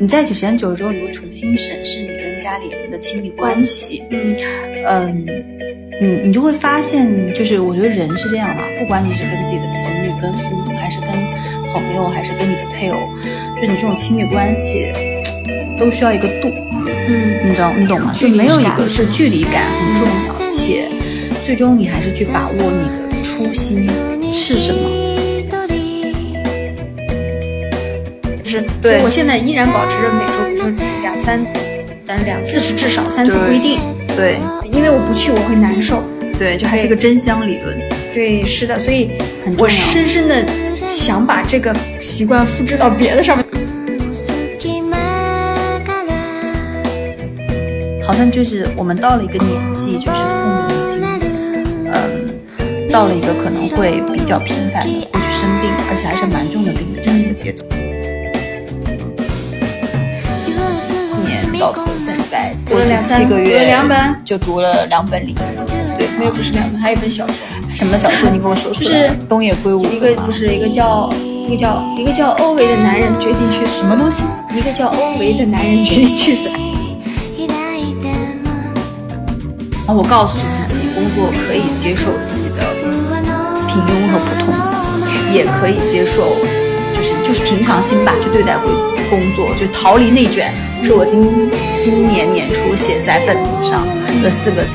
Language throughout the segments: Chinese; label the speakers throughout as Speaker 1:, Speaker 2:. Speaker 1: 你在一起时间久了之后，你会重新审视你跟家里人的亲密关系。
Speaker 2: 嗯
Speaker 1: 嗯，你你就会发现，就是我觉得人是这样嘛，啊不管你是跟自己的子女、跟父母，还是跟朋友，还是跟你的配偶，就你这种亲密关系，都需要一个度，
Speaker 2: 嗯
Speaker 1: 你知道你懂吗？
Speaker 2: 距
Speaker 1: 就
Speaker 2: 离
Speaker 1: 没有一
Speaker 2: 感
Speaker 1: 个是距离感很重要，
Speaker 3: 嗯
Speaker 1: 且最终你还是去把握你的初心是什么。
Speaker 2: 就是，所
Speaker 1: 对
Speaker 2: 以我现在依然保持着每周，比如说两三，但是两次是至少，三次
Speaker 1: 对
Speaker 2: 不一定，
Speaker 1: 对
Speaker 2: 因为我不去我会难受。
Speaker 1: 对，就还是一个真香理论，
Speaker 2: 对，是的，所以
Speaker 1: 很重
Speaker 2: 我
Speaker 1: 要。
Speaker 2: 深深的想把这个习惯复制到别的上面。
Speaker 1: 好像就是我们到了一个年纪，就是父母已经嗯到了一个可能会比较频繁的会去生病，而且还是蛮重的病的这样一个阶段。年到头现在
Speaker 2: 读
Speaker 1: 过
Speaker 2: 了
Speaker 1: 去
Speaker 2: 两
Speaker 1: 七
Speaker 2: 三
Speaker 1: 个
Speaker 2: 读
Speaker 1: 月，
Speaker 2: 了两本
Speaker 1: 就读了两本理，对
Speaker 2: 没有，不是两本，还有一本小说，
Speaker 1: 什么小说？你跟我说说。
Speaker 2: 就是
Speaker 1: 东野圭吾的
Speaker 2: 一个
Speaker 1: 吗
Speaker 2: 不是一个叫一个叫一个叫欧维的男人决定去死
Speaker 1: 什，么东西？
Speaker 2: 一个叫欧维的男人决定去死。
Speaker 1: 啊，我告诉自己，工作可以接受自己的平庸和普通，也可以接受，就是就是平常心吧去对待工工作，就逃离内卷，是我今今年年初写在本子上的四个字。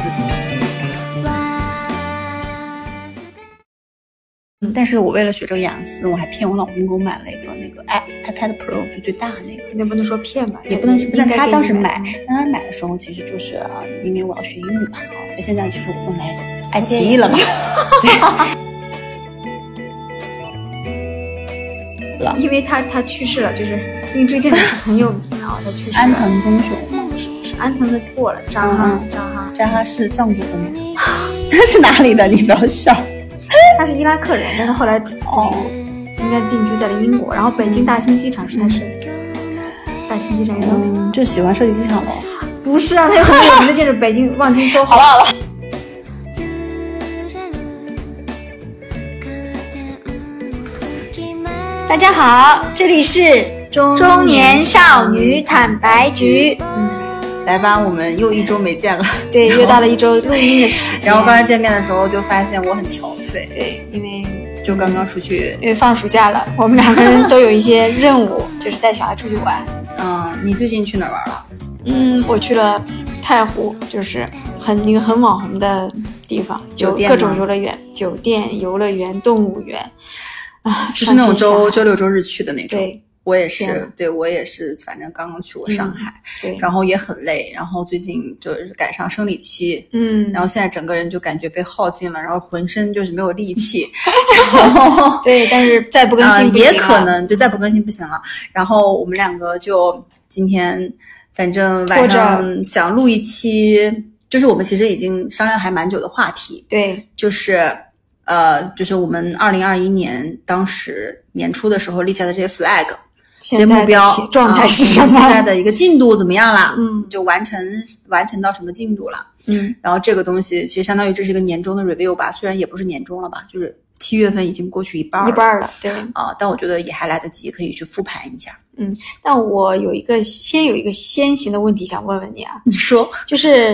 Speaker 1: 嗯但是我为了学这个雅思，我还骗我老公给我买了一个那个 i iPad Pro，就最大的那个。
Speaker 2: 也不能说骗吧，
Speaker 1: 也不能说，但
Speaker 2: 应该
Speaker 1: 他
Speaker 2: 给
Speaker 1: 当
Speaker 2: 你
Speaker 1: 时买，但他买的时候其实就是啊，因为我要学英语嘛，啊那现在其实我用来爱奇艺了嘛，
Speaker 2: 因为他他去世了，就是因为这件事很有名啊，他去世了。
Speaker 1: 安藤忠雄嘛，
Speaker 2: 安藤的过了，张哈
Speaker 1: 嗯
Speaker 2: 张哈，
Speaker 1: 扎哈是藏族人吗？他 是哪里的？你不要笑。
Speaker 2: 他是伊拉克人，但是后来嗯
Speaker 1: 哦，
Speaker 2: 应该定居在了英国，然后北京大兴机场是他设计的，大兴机场运动
Speaker 1: 嗯，就喜欢射击机场喽。
Speaker 2: 不是啊，他有很有名的建筑，北京望京搜好
Speaker 1: 啊
Speaker 2: 了。
Speaker 3: 大家好，这里是
Speaker 1: 中
Speaker 3: 中年少女坦白局。
Speaker 1: 来吧，我们又一周没见 了。
Speaker 2: 对，又到了一周录音的时间。
Speaker 1: 然后刚才见面的时候就发现我很憔悴，
Speaker 2: 对，因为
Speaker 1: 就刚刚出去，
Speaker 2: 因为放暑假了，我们两个人都有一些任务， 就是带小孩出去玩。
Speaker 1: 嗯，你最近去哪儿玩了？
Speaker 2: 嗯，我去了太湖，就是很一个很网红的地方，有
Speaker 1: 酒店
Speaker 2: 各
Speaker 1: 吗
Speaker 2: 种游乐园、酒店、游乐园、动物园啊，
Speaker 1: 就是那种
Speaker 2: 上天下
Speaker 1: 周
Speaker 2: 海
Speaker 1: 周六周日去的那种。
Speaker 2: 对
Speaker 1: 我也
Speaker 2: 天
Speaker 1: 是啊嗯
Speaker 2: 哪，
Speaker 1: 对我也是，反正刚刚去过上海，
Speaker 2: 对，
Speaker 1: 然后也很累，然后最近就是赶上生理期，
Speaker 2: 嗯，
Speaker 1: 然后现在整个人就感觉被耗尽了，然后浑身就是没有力气，然后
Speaker 2: 对，但是再不更
Speaker 1: 啊
Speaker 2: 新不
Speaker 1: 也
Speaker 2: 行
Speaker 1: 可
Speaker 2: 了
Speaker 1: 能就再不更新不行了。然后我们两个就今天，反正
Speaker 2: 拖
Speaker 1: 晚
Speaker 2: 着
Speaker 1: 上想录一期，就是我们其实已经商量还蛮久的话题，
Speaker 2: 对，
Speaker 1: 就是呃，就是我们二零二一年当时年初的时候立下的这些 flag，这些
Speaker 2: 现在
Speaker 1: 目
Speaker 2: 的
Speaker 1: 标
Speaker 2: 情状态是什
Speaker 1: 啊
Speaker 2: 么？
Speaker 1: 现在的一个进度怎么样啦？
Speaker 2: 嗯
Speaker 1: 就完成完成到什么进度了？
Speaker 2: 嗯，
Speaker 1: 然后这个东西其实相当于这是一个年终的 review 吧，虽然也不是年终了吧，就是七月份已经过去一半儿了
Speaker 2: 一半儿了，对。
Speaker 1: 啊，但我觉得也还来得及，可以去复盘一下。
Speaker 2: 但我有一个先有一个先行的问题想问问你啊，
Speaker 1: 你说，
Speaker 2: 就是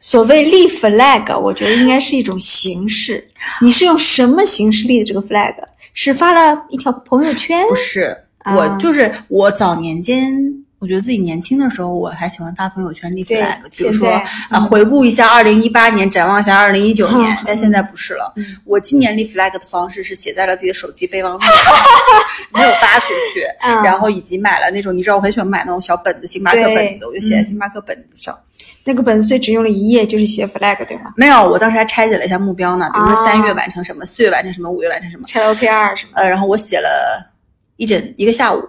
Speaker 2: 所谓立 flag，我觉得应该是一种形式。你是用什么形式立的这个 flag？是发了一条朋友圈？
Speaker 1: 不是，
Speaker 2: 啊
Speaker 1: 我就是我早年间。我觉得自己年轻的时候，我还喜欢发朋友圈立
Speaker 2: 对
Speaker 1: flag，比如
Speaker 2: 现
Speaker 1: 说
Speaker 2: 在
Speaker 1: 啊，回顾一下二零一八年，展望一下二零一九年
Speaker 2: 嗯，
Speaker 1: 但现在不是了
Speaker 2: 嗯。
Speaker 1: 我今年立 flag 的方式是写在了自己的手机备忘录上， 没有发出去。
Speaker 2: 嗯
Speaker 1: 然后以及买了那种，你知道我很喜欢买那种小本子，星巴克
Speaker 2: 对
Speaker 1: 本子，我就写在
Speaker 2: 嗯
Speaker 1: 星巴克本子上。
Speaker 2: 那个本碎只用了一页，就是写 flag 对吗？
Speaker 1: 没有，我当时还拆解了一下目标呢，比如说
Speaker 2: 啊
Speaker 1: 三月完成什么，四月完成什么，五月完成什么。
Speaker 2: 拆 OKR 什么的？
Speaker 1: 呃，然后我写了一整一个下午，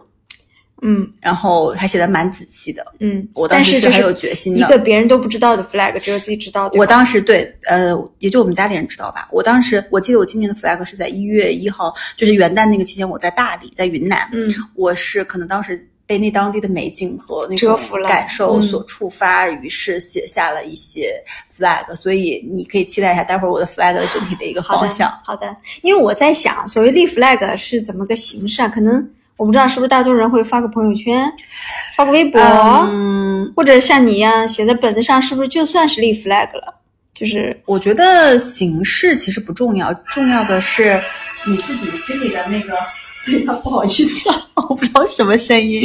Speaker 2: 嗯
Speaker 1: 然后还写的蛮仔细的。
Speaker 2: 嗯。
Speaker 1: 我当
Speaker 2: 但
Speaker 1: 时
Speaker 2: 是就
Speaker 1: 很有
Speaker 2: 是
Speaker 1: 决心
Speaker 2: 一
Speaker 1: 的。
Speaker 2: 个别人都不知道的 flag，只有自己知道。对
Speaker 1: 我
Speaker 2: 吧
Speaker 1: 当时对，呃，也就我们家里人知道吧。我当时我记得我今年的 flag 是在一月一号，就是元旦那个期间，我在大理，在云南，
Speaker 2: 嗯
Speaker 1: 我是可能当时被那当地的美景和那种
Speaker 2: 折服了
Speaker 1: 感受
Speaker 2: 嗯
Speaker 1: 所触发，于是写下了一些 flag。所以你可以期待一下，待会儿我的 flag 的整体的一个
Speaker 2: 好
Speaker 1: 方
Speaker 2: 的
Speaker 1: 向。
Speaker 2: 好的，因为我在想，所谓立 flag 是怎么个形式啊？可能我不知道是不是大多数人会发个朋友圈，发个微博，
Speaker 1: 嗯，
Speaker 2: 或者像你一样写在本子上，是不是就算是立 flag 了？就是
Speaker 1: 我觉得形式其实不重要，重要的是你自己心里的那个。 对呀，不好意思啊， 我不知道什么声音。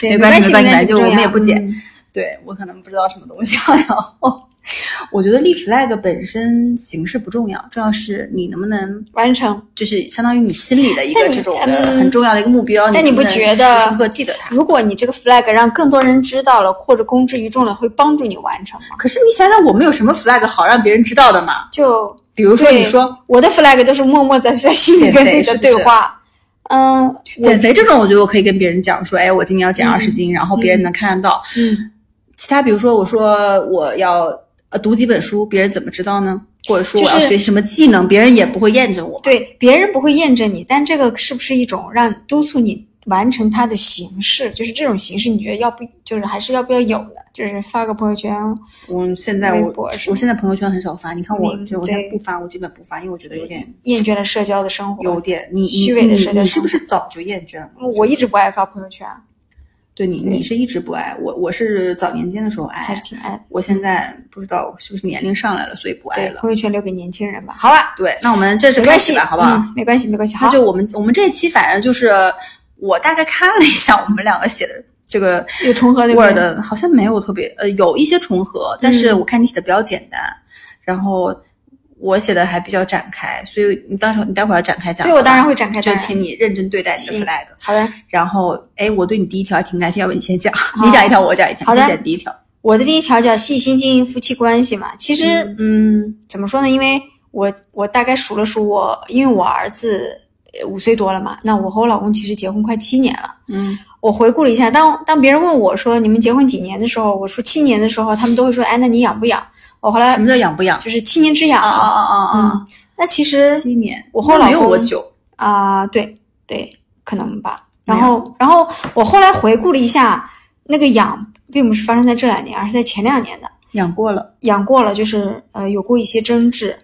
Speaker 2: 对
Speaker 1: 没
Speaker 2: 关
Speaker 1: 关系没关系
Speaker 2: 没
Speaker 1: 就
Speaker 2: 重
Speaker 1: 我们
Speaker 2: 要
Speaker 1: 也不剪
Speaker 2: 嗯
Speaker 1: 对我可能不知道什么东西啊， 然后我觉得立 flag 本身形式不重要，重要是你能不能
Speaker 2: 完成。
Speaker 1: 就是相当于你心里的一个
Speaker 2: 但你
Speaker 1: 这种的
Speaker 2: 嗯
Speaker 1: 很重要的一个目标，
Speaker 2: 但你不
Speaker 1: 能
Speaker 2: 觉得
Speaker 1: 时时刻刻记得它？
Speaker 2: 如果你这个 flag 让更多人知道了，或者公之于众了，会帮助你完成吗？
Speaker 1: 可是你想想，我们有什么 flag 好让别人知道的嘛？
Speaker 2: 就
Speaker 1: 比如说，
Speaker 2: 对
Speaker 1: 你说
Speaker 2: 我的 flag 都是默默在在心里
Speaker 1: 减
Speaker 2: 跟
Speaker 1: 肥
Speaker 2: 自己
Speaker 1: 是
Speaker 2: 的
Speaker 1: 不是
Speaker 2: 对话。嗯，嗯我
Speaker 1: 减肥这种，我觉得我可以跟别人讲说，哎，我今年要减二十斤，然后别人能看得到。
Speaker 2: 嗯，
Speaker 1: 其他比如说，我说我要呃读几本书，别人怎么知道呢？或者说我
Speaker 2: 就
Speaker 1: 要
Speaker 2: 是
Speaker 1: 学习什么技能，别人也不会验证我。
Speaker 2: 对，别人不会验证你，但这个是不是一种让督促你完成它的形式？就是这种形式，你觉得要不就是还是要不要有的？就是发个朋友圈，
Speaker 1: 我现在
Speaker 2: 微
Speaker 1: 我
Speaker 2: 博是
Speaker 1: 我
Speaker 2: 吗
Speaker 1: 现在朋友圈很少发，你看我
Speaker 2: 嗯
Speaker 1: 就我现在
Speaker 2: 对
Speaker 1: 不发，我基本不发，因为我觉得有点
Speaker 2: 厌倦了社交的生活。
Speaker 1: 有点你
Speaker 2: 虚伪的社交
Speaker 1: 你你你
Speaker 2: 生
Speaker 1: 是不
Speaker 2: 活
Speaker 1: 是早就厌倦了？
Speaker 2: 我一直不爱发朋友圈，
Speaker 1: 对你你是一直不爱我，我是早年间的时候爱
Speaker 2: 还，是挺爱的。
Speaker 1: 我现在不知道是不是年龄上来了，所以不爱
Speaker 2: 对，
Speaker 1: 了。
Speaker 2: 朋友圈留给年轻人吧。好吧，
Speaker 1: 对，那我们正式
Speaker 2: 没
Speaker 1: 开
Speaker 2: 关
Speaker 1: 始
Speaker 2: 系
Speaker 1: 吧，好不好？
Speaker 2: 嗯没关系，没关系。好
Speaker 1: 那，就我们我们这期反正就是我大概看了一下我们两个写的这个
Speaker 2: 有重合对不对
Speaker 1: Word 好像没有特别呃有一些重合，但是
Speaker 2: 嗯
Speaker 1: 我看你写的比较简单，然后我写的还比较展开，所以你当时你待会儿要展开讲。
Speaker 2: 对我当然会展开
Speaker 1: 好吧
Speaker 2: 当
Speaker 1: 就
Speaker 2: 然
Speaker 1: 请你认真对待你的
Speaker 2: 行
Speaker 1: flag。
Speaker 2: 好的。
Speaker 1: 然后哎，我对你第一条还挺感兴趣，要不你先讲，你讲一条，我讲一条，
Speaker 2: 好的
Speaker 1: 你讲第一条。
Speaker 2: 我的第一条叫细心经营夫妻关系嘛。其实，嗯，怎么说呢？因为我我大概数了数我，因为我儿子呃五岁多了嘛，那我和我老公其实结婚快七年了。
Speaker 1: 嗯，
Speaker 2: 我回顾了一下，当当别人问我说你们结婚几年的时候，我说七年的时候，他们都会说，哎，那你养不养？我后来
Speaker 1: 什么叫养不养？
Speaker 2: 就是七年之痒
Speaker 1: 啊啊啊啊！
Speaker 2: 嗯，那其实
Speaker 1: 七年，
Speaker 2: 我后来
Speaker 1: 没有我
Speaker 2: 公
Speaker 1: 久。
Speaker 2: 啊、对对，可能吧。
Speaker 1: 没
Speaker 2: 然后，然后我后来回顾了一下，那个养并不是发生在这两年，而是在前两年的。
Speaker 1: 养过了，
Speaker 2: 养过了，就是呃有过一些争执，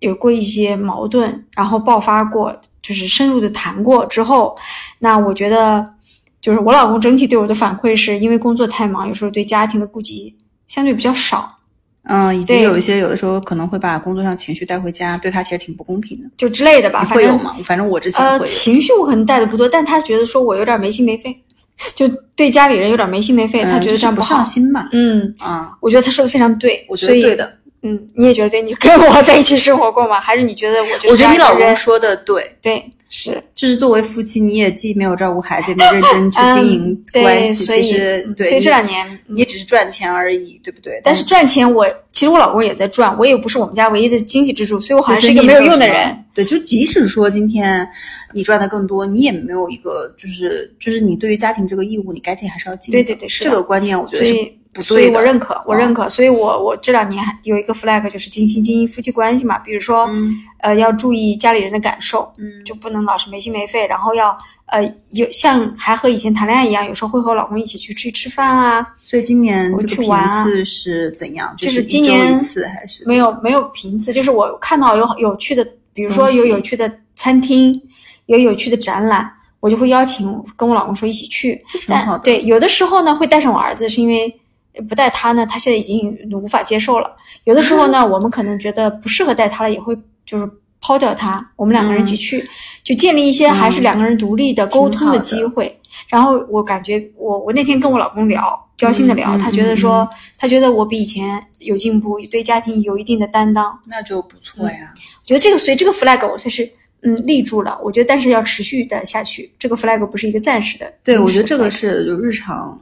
Speaker 2: 有过一些矛盾，然后爆发过，就是深入的谈过之后，那我觉得就是我老公整体对我的反馈是因为工作太忙，有时候对家庭的顾及相对比较少，
Speaker 1: 嗯，以及
Speaker 2: 对
Speaker 1: 有一些有的时候可能会把工作上情绪带回家，对他其实挺不公平的。
Speaker 2: 就之类的吧。
Speaker 1: 你
Speaker 2: 反
Speaker 1: 会有
Speaker 2: 正
Speaker 1: 吗？反正我之前
Speaker 2: 呃
Speaker 1: 会。
Speaker 2: 情绪我可能带的不多，但他觉得说我有点没心没肺， 就对家里人有点没心没肺，他
Speaker 1: 嗯就
Speaker 2: 觉得
Speaker 1: 是
Speaker 2: 这样
Speaker 1: 不
Speaker 2: 好
Speaker 1: 上。心嘛。
Speaker 2: 嗯，
Speaker 1: 啊，
Speaker 2: 我觉得他说的非常对，
Speaker 1: 我觉得
Speaker 2: 所以
Speaker 1: 对的。
Speaker 2: 嗯，你也觉得对？你跟我在一起生活过吗？还是你觉得我就是
Speaker 1: 我觉得你
Speaker 2: 这样一
Speaker 1: 老
Speaker 2: 个人
Speaker 1: 公说的对，
Speaker 2: 对是。
Speaker 1: 就是作为夫妻，你也既没有照顾孩子，也没有认真去经营
Speaker 2: 嗯对
Speaker 1: 关系。
Speaker 2: 所以嗯
Speaker 1: 其实，对，
Speaker 2: 所以这
Speaker 1: 你嗯
Speaker 2: 两年，
Speaker 1: 你也只是赚钱而已，对不对？
Speaker 2: 但是赚钱我其实我老公也在赚，我也不是我们家唯一的经济支柱，所以我好
Speaker 1: 对
Speaker 2: 像
Speaker 1: 所
Speaker 2: 是一
Speaker 1: 以
Speaker 2: 个
Speaker 1: 你
Speaker 2: 没
Speaker 1: 也
Speaker 2: 有
Speaker 1: 有
Speaker 2: 用的
Speaker 1: 什么
Speaker 2: 人。
Speaker 1: 对，就即使说今天你赚的更多，你也没有一个就是就是你对于家庭这个义务，你该尽还是要尽的。
Speaker 2: 对对对是
Speaker 1: 这
Speaker 2: 的
Speaker 1: 个观念我觉
Speaker 2: 所
Speaker 1: 得是
Speaker 2: 以
Speaker 1: 不
Speaker 2: 所
Speaker 1: 对
Speaker 2: 以
Speaker 1: 的。啊
Speaker 2: 我认可，我认可。所以我我这两年还有一个 flag 就是精心经营夫妻关系嘛，比如说，
Speaker 1: 嗯
Speaker 2: 呃，要注意家里人的感受，
Speaker 1: 嗯
Speaker 2: 就不能老是没心没肺，然后要呃有像还和以前谈恋爱一样，有时候会和老公一起去去吃饭啊，
Speaker 1: 所以今年
Speaker 2: 我
Speaker 1: 这个
Speaker 2: 去
Speaker 1: 频
Speaker 2: 玩啊
Speaker 1: 次是怎样？
Speaker 2: 就是是
Speaker 1: 一
Speaker 2: 今
Speaker 1: 周一
Speaker 2: 年
Speaker 1: 次还是
Speaker 2: 没有没有频次，就是我看到有有趣的，比如说
Speaker 1: 东西
Speaker 2: 有有趣的餐厅，有有趣的展览，我就会邀请跟我老公说一起去。
Speaker 1: 这挺
Speaker 2: 但
Speaker 1: 好的。
Speaker 2: 对，有的时候呢会带上我儿子，是因为呃不带他呢，他现在已经无法接受了。有的时候 呢，我们可能觉得不适合带他了，也会就是抛掉他，我们两个人一起去，就建立一些还是
Speaker 1: 嗯
Speaker 2: 两个人独立的沟通
Speaker 1: 好
Speaker 2: 的
Speaker 1: 的
Speaker 2: 机会。然后我感觉我我那天跟我老公聊，交心的聊，
Speaker 1: 嗯嗯
Speaker 2: 他觉
Speaker 1: 嗯
Speaker 2: 得说、他觉得我比以前有进步，对家庭有一定的担当。
Speaker 1: 那就不错
Speaker 2: 嗯
Speaker 1: 呀。
Speaker 2: 我觉得这个所以这个 flag 我算是嗯立住了，我觉得但是要持续的下去，这个 flag 不是一个暂时嗯的。
Speaker 1: 对，我觉得这个是就日常，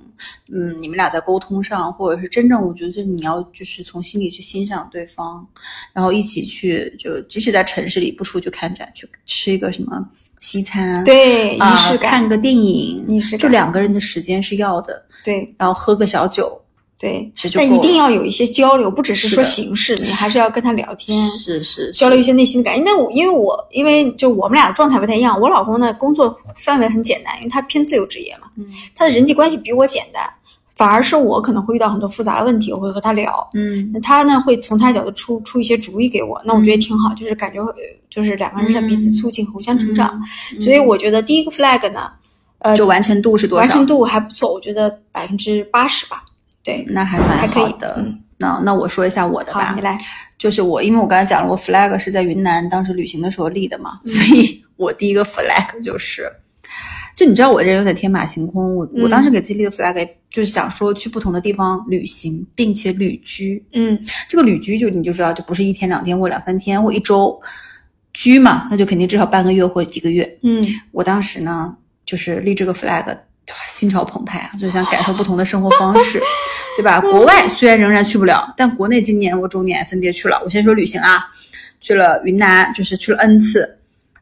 Speaker 1: 嗯，你们俩在沟通上，或者是真正，我觉得就是你要就是从心里去欣赏对方，然后一起去，就即使在城市里不出去看展，去吃一个什么西餐，
Speaker 2: 对
Speaker 1: 啊，
Speaker 2: 仪式感，
Speaker 1: 看个电影，
Speaker 2: 仪式感
Speaker 1: 就两个人的时间是要的，
Speaker 2: 对
Speaker 1: 然后喝个小酒，
Speaker 2: 对
Speaker 1: 其实，就
Speaker 2: 但
Speaker 1: 够
Speaker 2: 一
Speaker 1: 了
Speaker 2: 定要有一些交流，不只是
Speaker 1: 是
Speaker 2: 说
Speaker 1: 的
Speaker 2: 形式，你还是要跟他聊天。
Speaker 1: 是是
Speaker 2: 交流一些内心的感觉。那我因为我因为就我们俩状态不太一样，我老公呢工作范围很简单，因为他偏自由职业嘛，
Speaker 1: 嗯
Speaker 2: 他的人际关系比我简单，反而是我可能会遇到很多复杂的问题，我会和他聊。
Speaker 1: 嗯，
Speaker 2: 那他呢会从他的角度出出一些主意给我，那我觉得也挺好，就是感觉会就是两个人在彼此促进、互相成长。
Speaker 1: 嗯
Speaker 2: 所以我觉得第一个 flag 呢，呃
Speaker 1: 就完成度是多
Speaker 2: 完
Speaker 1: 少？
Speaker 2: 成度还不错，我觉得百分之八十吧。对，
Speaker 1: 那还蛮
Speaker 2: 还可以
Speaker 1: 好的。
Speaker 2: 嗯
Speaker 1: 那那我说一下我的吧
Speaker 2: 好，你，来，
Speaker 1: 就是我，因为我刚才讲了，我 flag 是在云南当时旅行的时候立的嘛，所
Speaker 2: 嗯
Speaker 1: 以我第一个 flag 就是，就你知道我这人有点天马行空，我、我
Speaker 2: 嗯
Speaker 1: 当时给自己立的 flag 就是想说去不同的地方旅行，并且旅居。
Speaker 2: 嗯
Speaker 1: 这个旅居就你就知道，就不是一天两天或两三天或一周，居嘛，那就肯定至少半个月或几个月。
Speaker 2: 嗯
Speaker 1: 我当时呢，就是立这个 flag，哇心潮澎湃啊，就想感受不同的生活方式，对 吧？
Speaker 2: 嗯
Speaker 1: 国外虽然仍然去不了，但国内今年我周年分别去了。我先说旅行啊，去了云南，就是去了 N 次，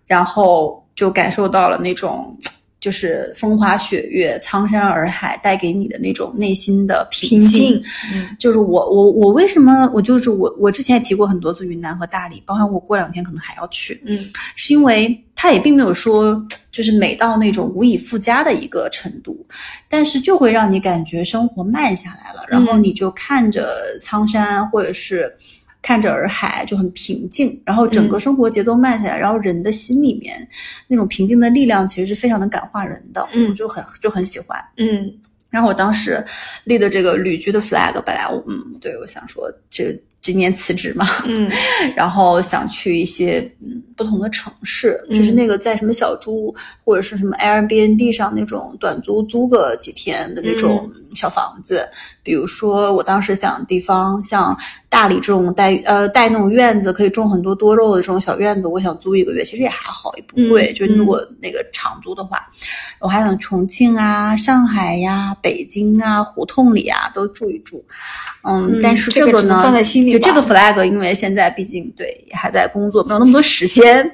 Speaker 1: 然后就感受到了那种。就是风花雪月、苍山洱海带给你的那种内心的
Speaker 2: 平静，嗯
Speaker 1: 就是我我我为什么我就是我我之前也提过很多次云南和大理，包含我过两天可能还要去，
Speaker 2: 嗯
Speaker 1: 是因为它也并没有说就是美到那种无以复加的一个程度，但是就会让你感觉生活慢下来了，然后
Speaker 2: 嗯
Speaker 1: 你就看着苍山或者是。看着洱海就很平静，然后整
Speaker 2: 嗯
Speaker 1: 个生活节奏慢下来，然后人的心里面那种平静的力量其实是非常能感化人的，
Speaker 2: 嗯
Speaker 1: 我就很就很喜欢。
Speaker 2: 嗯
Speaker 1: 然后我当时立的这个旅居的 flag，本来我嗯，对我想说这今年辞职嘛，
Speaker 2: 嗯
Speaker 1: 然后想去一些嗯不同的城市，
Speaker 2: 嗯
Speaker 1: 就是那个在什么小猪或者是什么 Airbnb 上那种短租租个几天的那种
Speaker 2: 嗯
Speaker 1: 小房子，比如说我当时想的地方像大理这种带呃带那种院子可以种很多多肉的这种小院子，我想租一个月，其实也还好，也不贵，
Speaker 2: 嗯
Speaker 1: 就如果那个长租的话，我还想重庆啊、上海呀、北京啊、胡同里啊都住一住，嗯，
Speaker 2: 嗯
Speaker 1: 但是
Speaker 2: 这
Speaker 1: 这
Speaker 2: 个
Speaker 1: 个
Speaker 2: 只能
Speaker 1: 呢，
Speaker 2: 放在心里
Speaker 1: 就
Speaker 2: 吧
Speaker 1: 这个 flag，因为现在毕竟对也还在工作，没有那么多时 间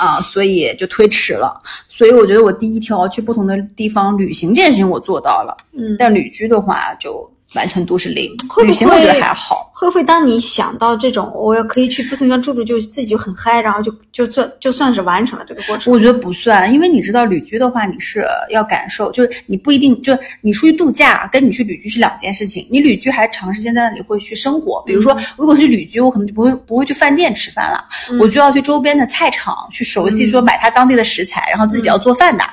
Speaker 1: 啊，所以就推迟了。所以我觉得我第一条去不同的地方旅行这件事情我做到了，
Speaker 2: 嗯。
Speaker 1: 但旅居的话就完成度是零。
Speaker 2: 会不会
Speaker 1: 旅行我觉得还好，
Speaker 2: 会不会当你想到这种我也可以去不同地方住住，就自己就很嗨，然后就就算就算是完成了这个过程。
Speaker 1: 我觉得不算，因为你知道旅居的话，你是要感受，就是你不一定就是你出去度假，跟你去旅居是两件事情。你旅居还长时间在那里会去生活，比如说如果是旅居，我可能就不会不会去饭店吃饭了，
Speaker 2: 嗯
Speaker 1: 我就要去周边的菜场去熟悉，
Speaker 2: 嗯
Speaker 1: 说买它当地的食材，然后自己要做饭的。
Speaker 2: 嗯